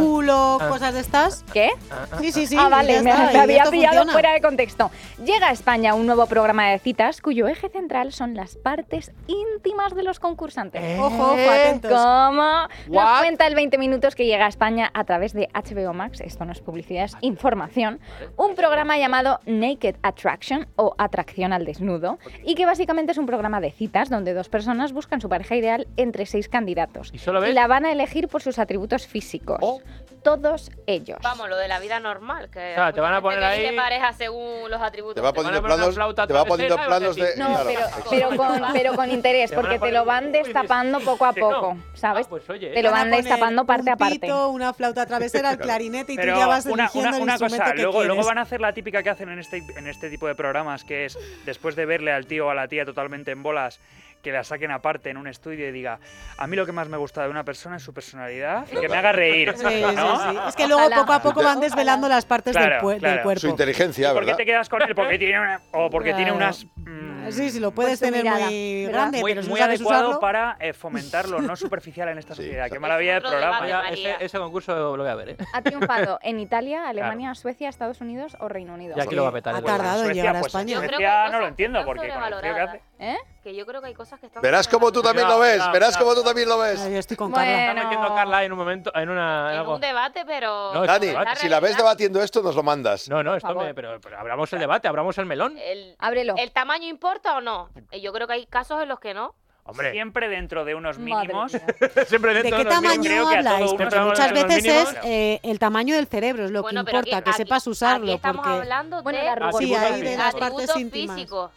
Speaker 2: culo,
Speaker 6: ah.
Speaker 2: cosas de estas.
Speaker 4: ¿Qué?
Speaker 2: Sí, sí, sí.
Speaker 4: ah,
Speaker 2: y ya
Speaker 4: vale, me,
Speaker 2: está,
Speaker 4: me
Speaker 2: y
Speaker 4: había
Speaker 2: esto
Speaker 4: pillado
Speaker 2: funciona.
Speaker 4: fuera de contexto. Llega a España un nuevo programa de citas cuyo eje central son las partes íntimas de los concursantes.
Speaker 2: Ojo, ojo,
Speaker 4: Eh,
Speaker 2: atentos.
Speaker 4: ¿Cómo? Nos
Speaker 6: What?
Speaker 4: cuenta el 20 minutos que llega a España a través de HBO Max, esto no es publicidad, es información, un programa llamado Naked Attraction o Atracción al Desnudo, y que básicamente es un programa de citas donde dos personas buscan su pareja ideal entre seis candidatos.
Speaker 6: ¿Y solo ves?
Speaker 4: la van a elegir por sus atributos físicos.
Speaker 6: Oh.
Speaker 4: Todos ellos.
Speaker 7: Vamos, lo de la vida normal. Que
Speaker 6: Claro, te van a
Speaker 7: mucha gente
Speaker 6: poner
Speaker 7: que
Speaker 6: ahí-
Speaker 7: elige pareja según los atributos.
Speaker 3: Te va
Speaker 7: de-
Speaker 3: poniendo
Speaker 6: van a poner una
Speaker 3: planos,
Speaker 6: flauta
Speaker 3: te va
Speaker 6: toda
Speaker 3: poniendo
Speaker 6: escena,
Speaker 3: planos
Speaker 6: o sea,
Speaker 3: de.
Speaker 6: sí.
Speaker 4: No,
Speaker 3: claro.
Speaker 4: pero, pero, con, pero con interés,
Speaker 6: Te van a
Speaker 4: porque te
Speaker 6: poner
Speaker 4: lo
Speaker 6: un-
Speaker 4: van
Speaker 6: uy, dices,
Speaker 4: destapando poco a
Speaker 6: que no.
Speaker 4: poco, ¿sabes?
Speaker 6: Ah, pues oye,
Speaker 4: te lo
Speaker 2: Van a
Speaker 4: van
Speaker 2: poner
Speaker 4: destapando parte
Speaker 2: un
Speaker 4: a parte.
Speaker 2: pito, una flauta travesera, el clarinete y
Speaker 5: Pero
Speaker 2: tú ya vas
Speaker 5: una,
Speaker 2: eligiendo
Speaker 5: una-
Speaker 2: el
Speaker 5: una
Speaker 2: instrumento
Speaker 5: cosa,
Speaker 2: que
Speaker 5: luego,
Speaker 2: quieres.
Speaker 5: luego van a hacer la típica que hacen en este, en este tipo de programas, que es después de verle al tío o a la tía totalmente en bolas, que la saquen aparte en un estudio y diga, a mí lo que más me gusta de una persona es su personalidad, que me haga reír.
Speaker 2: Sí, sí,
Speaker 5: ¿no?
Speaker 2: sí. Es que luego
Speaker 4: Ojalá.
Speaker 2: poco a poco van
Speaker 3: Ojalá.
Speaker 2: desvelando las partes
Speaker 5: Claro,
Speaker 2: del, pue- del
Speaker 5: claro.
Speaker 3: Su
Speaker 2: cuerpo.
Speaker 3: inteligencia,
Speaker 5: ¿Por qué
Speaker 3: ¿verdad?
Speaker 5: te quedas con él? Porque tiene una- o porque tiene
Speaker 2: Claro. Ah,
Speaker 5: unas... mm,
Speaker 2: Sí, sí, lo puedes
Speaker 4: Pues tu
Speaker 2: tener
Speaker 4: mirada,
Speaker 2: muy
Speaker 4: ¿verdad?
Speaker 2: grande,
Speaker 5: muy,
Speaker 2: pero si
Speaker 5: muy
Speaker 2: no sabes
Speaker 5: adecuado
Speaker 2: usarlo,
Speaker 5: para eh, fomentar lo no superficial en esta
Speaker 3: Sí,
Speaker 5: sociedad. Qué
Speaker 3: exacto.
Speaker 5: maravilla de
Speaker 7: Es otro
Speaker 5: programa.
Speaker 7: debate.
Speaker 6: Ya,
Speaker 7: María.
Speaker 6: ese, ese concurso lo voy a ver, ¿eh?
Speaker 4: Ha triunfado en Italia, Alemania, Suecia, Estados Unidos o Reino Unido.
Speaker 6: Ya aquí lo va a petar.
Speaker 2: ha
Speaker 6: el güey.
Speaker 2: tardado en
Speaker 5: Suecia,
Speaker 2: llegar a
Speaker 5: pues,
Speaker 2: España.
Speaker 7: Yo creo que
Speaker 5: Suecia
Speaker 7: hay
Speaker 5: no lo
Speaker 7: cosas
Speaker 5: entiendo
Speaker 7: tan
Speaker 5: porque con el frío que hace...
Speaker 7: sobrevaloradas.
Speaker 4: ¿Eh?
Speaker 7: Que yo creo que hay cosas que están.
Speaker 3: Verás cómo tú también
Speaker 5: Ya,
Speaker 3: lo ves,
Speaker 5: ya,
Speaker 3: verás
Speaker 5: ya.
Speaker 3: cómo tú también lo ves.
Speaker 2: Ay, yo estoy con
Speaker 4: Bueno.
Speaker 2: Carla.
Speaker 6: Está metiendo a Carla en un momento, en una... en
Speaker 7: En
Speaker 6: algo.
Speaker 7: un debate, pero.
Speaker 6: No, es
Speaker 3: Dani,
Speaker 6: la
Speaker 3: si la ves
Speaker 7: realidad,
Speaker 3: debatiendo esto, nos lo mandas.
Speaker 6: No, no, esto
Speaker 4: favor.
Speaker 6: me, pero, pero abramos el debate, abramos el melón.
Speaker 7: El,
Speaker 4: Ábrelo.
Speaker 7: ¿El tamaño importa o no? Eh, Yo creo que hay casos en los que no.
Speaker 6: Hombre,
Speaker 5: Siempre dentro de unos
Speaker 4: Madre
Speaker 5: mínimos.
Speaker 4: mía.
Speaker 6: siempre
Speaker 2: ¿De
Speaker 6: dentro
Speaker 2: qué
Speaker 6: los mismos.
Speaker 2: tamaño
Speaker 5: creo que a todo
Speaker 2: habláis?
Speaker 5: uno
Speaker 2: Porque
Speaker 5: se habla
Speaker 2: muchas
Speaker 5: de los
Speaker 2: veces es
Speaker 5: mínimos.
Speaker 2: eh, el tamaño del cerebro es lo
Speaker 7: bueno,
Speaker 2: que
Speaker 7: pero aquí-
Speaker 2: importa, que
Speaker 7: aquí-
Speaker 2: sepas
Speaker 7: Aquí
Speaker 2: usarlo.
Speaker 7: estamos
Speaker 2: porque
Speaker 7: hablando
Speaker 4: Bueno,
Speaker 7: de
Speaker 4: la Ah, arruga.
Speaker 2: Ah, Sí, ahí de las
Speaker 7: atributos
Speaker 2: partes íntimas.
Speaker 7: físicos.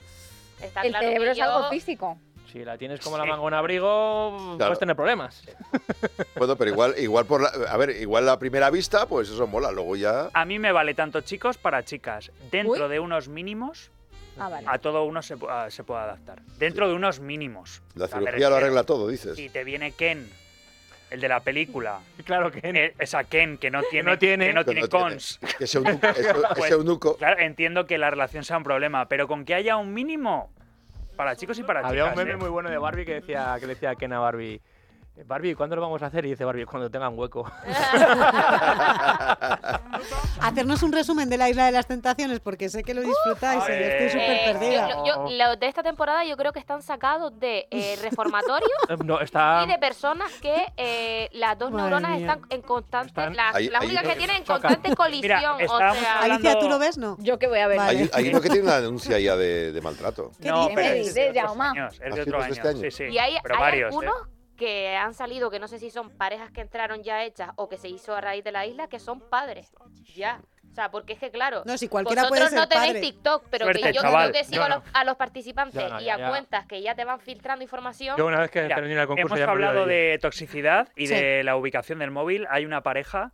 Speaker 7: Está
Speaker 4: El
Speaker 7: claro que
Speaker 4: cerebro es
Speaker 7: yo-
Speaker 4: algo físico.
Speaker 6: Si la tienes como la manga un abrigo,
Speaker 3: Claro.
Speaker 6: puedes tener problemas.
Speaker 3: Bueno, pero igual, igual por la, a ver, igual la primera vista, pues eso mola. Luego ya.
Speaker 5: A mí me vale tanto chicos para chicas. Dentro de unos mínimos,
Speaker 4: Ah, vale.
Speaker 5: a todo uno se, pu- a- se puede adaptar. Dentro de unos mínimos.
Speaker 3: La
Speaker 5: O sea, me
Speaker 3: cirugía lo
Speaker 5: refiero,
Speaker 3: arregla todo, dices.
Speaker 5: Si te viene Ken, el de la película,
Speaker 6: Claro que no.
Speaker 5: eh, esa Ken que no tiene,
Speaker 6: no tiene.
Speaker 5: que no
Speaker 3: Que
Speaker 5: tiene
Speaker 3: no tiene.
Speaker 5: cons.
Speaker 3: Que ese eunuco. ese-
Speaker 5: Pues,
Speaker 3: ese eunuco-
Speaker 5: Claro, entiendo que la relación sea un problema, pero con que haya un mínimo para chicos y para
Speaker 6: Había un
Speaker 5: chicas.
Speaker 6: meme
Speaker 5: ¿eh?
Speaker 6: muy bueno de Barbie que decía que le decía a Ken a Barbie, Barbie, ¿cuándo lo vamos a hacer? Y dice Barbie, cuando tengan hueco.
Speaker 2: hacernos un resumen de la Isla de las Tentaciones, porque sé que lo disfrutáis y yo estoy
Speaker 5: Eh,
Speaker 2: súper
Speaker 7: Eh,
Speaker 2: perdida.
Speaker 7: yo- yo- los de esta temporada yo creo que están sacados de eh, reformatorios
Speaker 6: Eh, no, está...
Speaker 7: y de personas que eh, las dos
Speaker 2: Madre
Speaker 7: neuronas
Speaker 2: mía.
Speaker 7: están en constante,
Speaker 6: Están-
Speaker 7: las,
Speaker 3: Ahí-
Speaker 7: las
Speaker 3: ahí
Speaker 7: únicas
Speaker 3: no-
Speaker 7: que tienen en
Speaker 6: chocan.
Speaker 7: constante colisión. o
Speaker 5: estábamos
Speaker 7: sea,
Speaker 5: hablando-
Speaker 2: Alicia, ¿tú lo ves? No.
Speaker 4: Yo que voy a ver.
Speaker 2: Vale.
Speaker 3: Hay, hay uno que tiene una denuncia ya de, de maltrato.
Speaker 2: ¿Qué
Speaker 5: no,
Speaker 2: dices?
Speaker 5: pero es
Speaker 4: ¿Qué
Speaker 5: de
Speaker 4: dices,
Speaker 5: otros
Speaker 4: Jaume?
Speaker 5: años, es
Speaker 3: ¿Ah,
Speaker 5: de
Speaker 3: sí,
Speaker 5: otro
Speaker 3: pues de
Speaker 5: año.
Speaker 3: este año?
Speaker 5: Sí, sí,
Speaker 7: Y hay,
Speaker 5: pero
Speaker 7: hay
Speaker 5: varios, ¿eh?
Speaker 7: algunos que han salido, que no sé si son parejas que entraron ya hechas o que se hizo a raíz de la isla, que son padres. Ya. O sea, porque es que claro,
Speaker 2: No, si cualquiera
Speaker 7: vosotros
Speaker 2: puede ser
Speaker 7: no tenéis
Speaker 2: padre.
Speaker 7: TikTok, pero
Speaker 5: Suerte,
Speaker 7: que yo
Speaker 5: chaval.
Speaker 7: creo que sigo
Speaker 5: Yo
Speaker 7: a, los,
Speaker 5: no.
Speaker 7: a los participantes
Speaker 6: Yo no,
Speaker 7: y
Speaker 6: ya,
Speaker 7: a
Speaker 6: ya.
Speaker 7: cuentas que ya te van filtrando información.
Speaker 6: Yo una vez que
Speaker 5: Mira,
Speaker 6: terminé el concurso
Speaker 5: Hemos
Speaker 6: ya me olvidé
Speaker 5: hablado
Speaker 6: de ello.
Speaker 5: de toxicidad y
Speaker 2: Sí.
Speaker 5: de la ubicación del móvil. Hay una pareja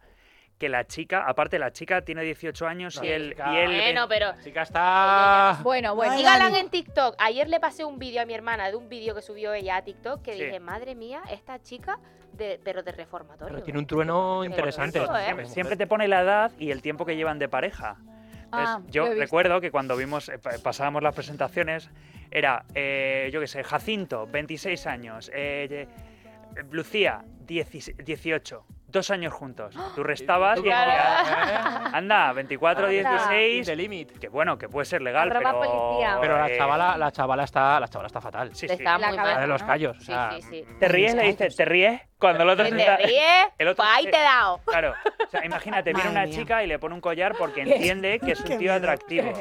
Speaker 5: que la chica, aparte la chica tiene 18 años y
Speaker 6: La
Speaker 5: él...
Speaker 6: chica.
Speaker 5: Y él
Speaker 7: bueno, pero
Speaker 6: La chica está...
Speaker 4: Bueno, bueno.
Speaker 2: Ay,
Speaker 7: sígalan
Speaker 2: Dani.
Speaker 7: en TikTok. Ayer le pasé un vídeo a mi hermana de un vídeo que subió ella a TikTok que
Speaker 5: Sí.
Speaker 7: dije, madre mía, esta chica, de, pero de reformatorio.
Speaker 6: Pero tiene un trueno
Speaker 7: Pero
Speaker 6: interesante.
Speaker 7: eso, ¿eh?
Speaker 5: siempre, Pues siempre te pone la edad y el tiempo que llevan de pareja. Entonces,
Speaker 4: Ah, lo
Speaker 5: yo
Speaker 4: he visto.
Speaker 5: recuerdo que cuando vimos, eh, pa- pasábamos las presentaciones, era, eh, yo qué sé, Jacinto, 26 años, eh, eh, Lucía, 10 18, dos años juntos.
Speaker 4: ¡Ah!
Speaker 5: Tú restabas y decías, "Ah,
Speaker 6: Claro.
Speaker 5: anda, 24,
Speaker 4: Anda.
Speaker 5: 16,
Speaker 6: The limit.
Speaker 5: que bueno, que puede ser legal,
Speaker 4: Arroba
Speaker 5: pero...
Speaker 4: policía.
Speaker 6: Pero la
Speaker 5: eh,
Speaker 6: chavala, la chavala está, la chavala está fatal.
Speaker 5: sí, sí.
Speaker 7: Está
Speaker 4: La
Speaker 7: muy
Speaker 4: cabeza,
Speaker 6: La de
Speaker 7: mal.
Speaker 6: los
Speaker 4: ¿no?
Speaker 6: callos. o
Speaker 7: Sí,
Speaker 6: sea,
Speaker 7: sí,
Speaker 3: mm.
Speaker 7: sí.
Speaker 5: Te ríes, le dices, te ríes, cuando el otro
Speaker 7: Que
Speaker 5: se
Speaker 7: te
Speaker 5: está-
Speaker 7: ríes,
Speaker 5: el otro-
Speaker 7: pues ahí te he dado.
Speaker 5: Claro, o sea, imagínate, viene
Speaker 2: Madre
Speaker 5: una
Speaker 2: mía.
Speaker 5: chica y le pone un collar porque entiende que es
Speaker 2: Qué
Speaker 5: un tío
Speaker 2: miedo.
Speaker 5: atractivo.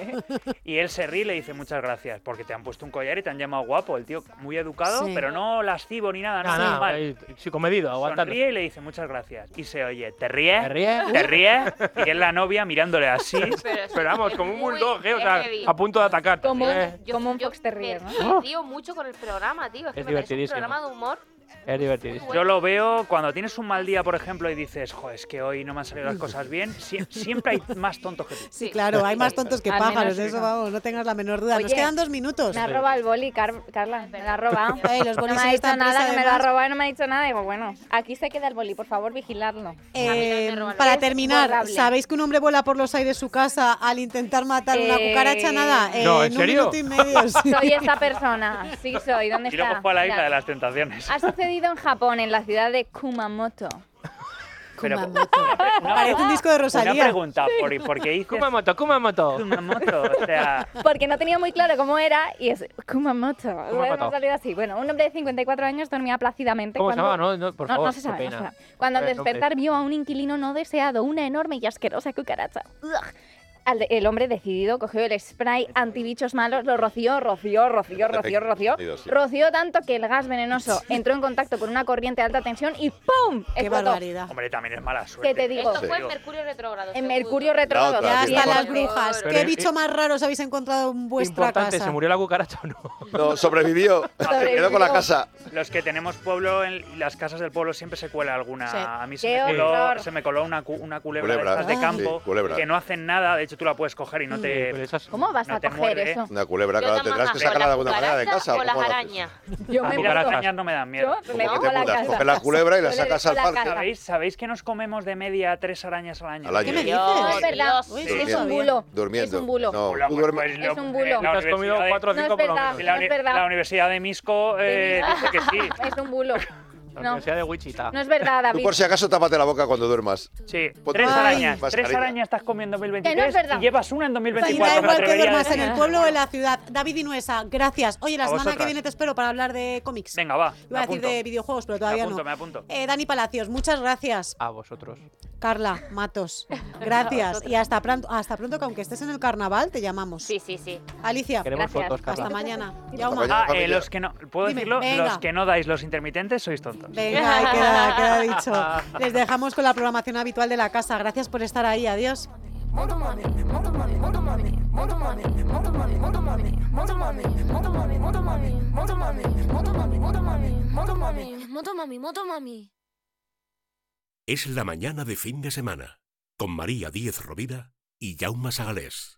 Speaker 5: Y él se ríe y le dice muchas gracias porque te han puesto un collar y te han llamado guapo. El tío muy educado,
Speaker 2: Sí.
Speaker 5: pero no lascivo ni nada, no,
Speaker 6: nada, nada,
Speaker 5: normal.
Speaker 6: ahí, psicomedido, aguantando. uh,
Speaker 5: Sonríe y le dice muchas gracias. Y se oye, ¿te ríes?
Speaker 6: ¿Te ríes?
Speaker 5: ¿Te ríes? Y es la novia mirándole así.
Speaker 7: Pero,
Speaker 6: Pero vamos, como un
Speaker 7: muy
Speaker 6: bulldog, ¿eh? O sea,
Speaker 7: heavy.
Speaker 6: a punto de atacar.
Speaker 4: Como un-
Speaker 6: Eh,
Speaker 7: Yo-
Speaker 4: como un
Speaker 7: yo
Speaker 4: fox terrier,
Speaker 7: me
Speaker 4: ¿no?
Speaker 7: río mucho con el programa, tío. Es, que
Speaker 6: Es
Speaker 7: me parece un
Speaker 6: divertidísimo.
Speaker 7: programa de humor.
Speaker 6: Es divertidísimo.
Speaker 5: Yo lo veo cuando tienes un mal día, por ejemplo, y dices, jo, es que hoy no me han salido las cosas bien, sie- siempre hay más tontos que tú.
Speaker 2: Sí, claro, hay más tontos que
Speaker 4: Al menos
Speaker 2: pájaros,
Speaker 4: que
Speaker 2: eso
Speaker 4: no.
Speaker 2: vamos, no tengas la menor duda. Nos
Speaker 4: Oye,
Speaker 2: quedan dos minutos.
Speaker 4: Me ha robado el boli, Car- Carla. Me lo ha robado.
Speaker 2: Ey, los
Speaker 4: no
Speaker 2: bolis
Speaker 4: me
Speaker 2: en
Speaker 4: ha
Speaker 2: esta
Speaker 4: dicho nada,
Speaker 2: empresa,
Speaker 4: que me lo ha
Speaker 2: además.
Speaker 4: robado y no me ha dicho nada. Digo, bueno, aquí se queda el boli, por favor, vigilarlo.
Speaker 2: Eh,
Speaker 7: me roban los
Speaker 2: para
Speaker 7: pies.
Speaker 2: terminar,
Speaker 4: Borrable.
Speaker 2: ¿sabéis que un hombre vuela por los aires de su casa al intentar matar una
Speaker 4: Eh,
Speaker 2: cucaracha? Nada, eh,
Speaker 6: No, ¿en
Speaker 2: un
Speaker 6: serio?
Speaker 2: minuto y medio. sí.
Speaker 4: Soy esta persona. Sí, soy. ¿Dónde
Speaker 5: Y
Speaker 4: está?
Speaker 5: luego fue a la isla
Speaker 2: Ah,
Speaker 4: Mira.
Speaker 5: de las tentaciones.
Speaker 4: Ha sucedido en Japón, en la ciudad de Kumamoto.
Speaker 5: Pero-
Speaker 2: Kumamoto.
Speaker 5: Una-
Speaker 2: Parece un disco de
Speaker 5: Una
Speaker 2: Rosalía.
Speaker 5: pregunta, por, ¿por qué dices
Speaker 6: Kumamoto, Kumamoto.
Speaker 5: Kumamoto? O sea,
Speaker 4: Porque no tenía muy claro cómo era y es Kumamoto.
Speaker 6: Kumamoto.
Speaker 4: No salido así. Bueno, un hombre de 54 años dormía plácidamente
Speaker 6: ¿Cómo se
Speaker 4: cuando...
Speaker 6: llamaba? No, no, por
Speaker 4: No,
Speaker 6: favor,
Speaker 4: no se sabe,
Speaker 6: qué
Speaker 4: no se
Speaker 6: pena.
Speaker 4: sabe. Cuando al
Speaker 6: Eh, no,
Speaker 4: despertar vio a un inquilino no deseado, una enorme y asquerosa cucaracha. Ugh. Al de- el hombre decidido cogió el spray antibichos malos, lo roció, roció, roció, roció, roció.
Speaker 3: Dios, sí.
Speaker 4: Roció tanto que el gas venenoso entró en contacto con una corriente de alta tensión y ¡pum!
Speaker 2: Qué
Speaker 4: Explotó.
Speaker 2: barbaridad.
Speaker 5: hombre, también es mala suerte.
Speaker 4: te digo?
Speaker 7: Esto
Speaker 3: Sí.
Speaker 7: fue en Mercurio retrógrado.
Speaker 4: En
Speaker 7: seguro.
Speaker 4: Mercurio retrógrado.
Speaker 3: otra,
Speaker 2: Ya
Speaker 3: sí,
Speaker 4: sí,
Speaker 2: están
Speaker 3: por-
Speaker 4: es
Speaker 2: las
Speaker 4: verdad.
Speaker 2: brujas.
Speaker 6: Pero
Speaker 2: ¿Qué
Speaker 6: es-
Speaker 2: bicho más raro os habéis encontrado en vuestra
Speaker 6: Importante,
Speaker 2: casa?
Speaker 6: ¿se murió la cucaracha o no?
Speaker 3: No, sobrevivió. Se quedó con la
Speaker 4: Sobrevivió.
Speaker 3: casa.
Speaker 5: Los que tenemos pueblo, en las casas del pueblo siempre se cuela alguna.
Speaker 2: Sí.
Speaker 5: A mí se
Speaker 4: ¡Qué
Speaker 5: me, coló,
Speaker 4: horror!
Speaker 5: se me coló una, cu- una culebra,
Speaker 3: Culebra,
Speaker 5: de estas de
Speaker 3: ah.
Speaker 5: campo
Speaker 3: sí, culebra.
Speaker 5: que no hacen nada. De hecho, tú la puedes coger y no
Speaker 6: Pero
Speaker 5: te.
Speaker 6: esas-
Speaker 4: ¿Cómo vas
Speaker 5: No
Speaker 4: a
Speaker 5: te
Speaker 4: coger
Speaker 5: muerde.
Speaker 4: eso?
Speaker 3: Una culebra,
Speaker 7: Yo
Speaker 3: claro,
Speaker 7: tan
Speaker 3: tendrás que
Speaker 7: maja,
Speaker 3: sacarla de
Speaker 7: ¿con
Speaker 3: alguna
Speaker 7: la
Speaker 3: manera de
Speaker 7: cucaracha
Speaker 3: casa.
Speaker 7: O
Speaker 3: ¿o
Speaker 7: las
Speaker 3: cómo lo haces?
Speaker 7: arañas.
Speaker 4: Yo
Speaker 5: A
Speaker 4: me
Speaker 5: mí
Speaker 4: meto-
Speaker 5: las arañas no me dan miedo.
Speaker 4: Yo
Speaker 3: ¿Cómo
Speaker 4: me
Speaker 3: que te
Speaker 4: meto a la
Speaker 3: mudas?
Speaker 4: casa.
Speaker 3: Coges la culebra y la
Speaker 4: Yo le
Speaker 3: sacas
Speaker 4: meto
Speaker 3: al
Speaker 4: la
Speaker 3: parque.
Speaker 4: casa.
Speaker 5: ¿Sabéis, ¿Sabéis que nos comemos de media tres arañas al año?
Speaker 3: Al año.
Speaker 2: ¿Qué me dices?
Speaker 4: No, es verdad.
Speaker 7: Dios,
Speaker 2: Uy,
Speaker 3: sí.
Speaker 4: es un bulo.
Speaker 3: Durmiendo.
Speaker 4: Es un bulo.
Speaker 3: No,
Speaker 5: Hola,
Speaker 3: tú
Speaker 5: pues,
Speaker 3: duermes-
Speaker 5: pues, lo-
Speaker 4: Es un bulo.
Speaker 5: eh,
Speaker 6: Te
Speaker 5: la
Speaker 6: has comido
Speaker 5: universidad de-
Speaker 6: cuatro o
Speaker 4: No es
Speaker 6: cinco por lo
Speaker 4: verdad.
Speaker 6: menos.
Speaker 5: La,
Speaker 4: No es
Speaker 5: uni-
Speaker 4: verdad.
Speaker 5: la Universidad de Misco eh, dice que sí.
Speaker 4: Es un bulo.
Speaker 6: La
Speaker 4: No,
Speaker 6: Universidad de Wichita.
Speaker 4: no es verdad,
Speaker 3: Tú
Speaker 4: David.
Speaker 3: por si acaso tápate la boca cuando duermas.
Speaker 5: Sí,
Speaker 3: Ponte
Speaker 5: tres
Speaker 3: una
Speaker 5: arañas. Tres
Speaker 3: mascarilla.
Speaker 5: arañas estás comiendo en 2023
Speaker 4: Que no es verdad.
Speaker 5: y llevas una en
Speaker 2: Y da
Speaker 5: 2024. me
Speaker 2: igual que
Speaker 5: atrevería a
Speaker 2: duermas en
Speaker 5: decir.
Speaker 2: el pueblo o en la ciudad. David Inuesa, gracias. Oye, la
Speaker 5: A
Speaker 2: semana que
Speaker 5: vosotras.
Speaker 2: viene te espero para hablar de cómics.
Speaker 5: Venga, va.
Speaker 2: Iba
Speaker 5: Me
Speaker 2: a decir
Speaker 5: apunto.
Speaker 2: de videojuegos, pero todavía
Speaker 5: apunto,
Speaker 2: no.
Speaker 5: me apunto.
Speaker 2: Eh, Dani Palacios, muchas gracias.
Speaker 6: A vosotros.
Speaker 2: Carla Matos, gracias. y hasta pronto, hasta pronto, que aunque estés en el carnaval, te llamamos.
Speaker 7: Sí, sí, sí.
Speaker 2: Alicia,
Speaker 6: Queremos
Speaker 4: Gracias.
Speaker 6: fotos,
Speaker 2: hasta
Speaker 6: Carla.
Speaker 2: mañana.
Speaker 3: mañana.
Speaker 2: Yauma.
Speaker 5: Ah, eh,
Speaker 3: familia.
Speaker 5: los que no, puedo
Speaker 2: Dime,
Speaker 5: decirlo,
Speaker 2: venga.
Speaker 5: los que no dais los intermitentes sois tontos.
Speaker 2: Venga, ahí queda, queda dicho. Les dejamos con la programación habitual de la casa. Gracias por estar ahí. Adiós.
Speaker 8: Es la mañana de fin de semana, con María Díez Rovira y Jaume Sagalés.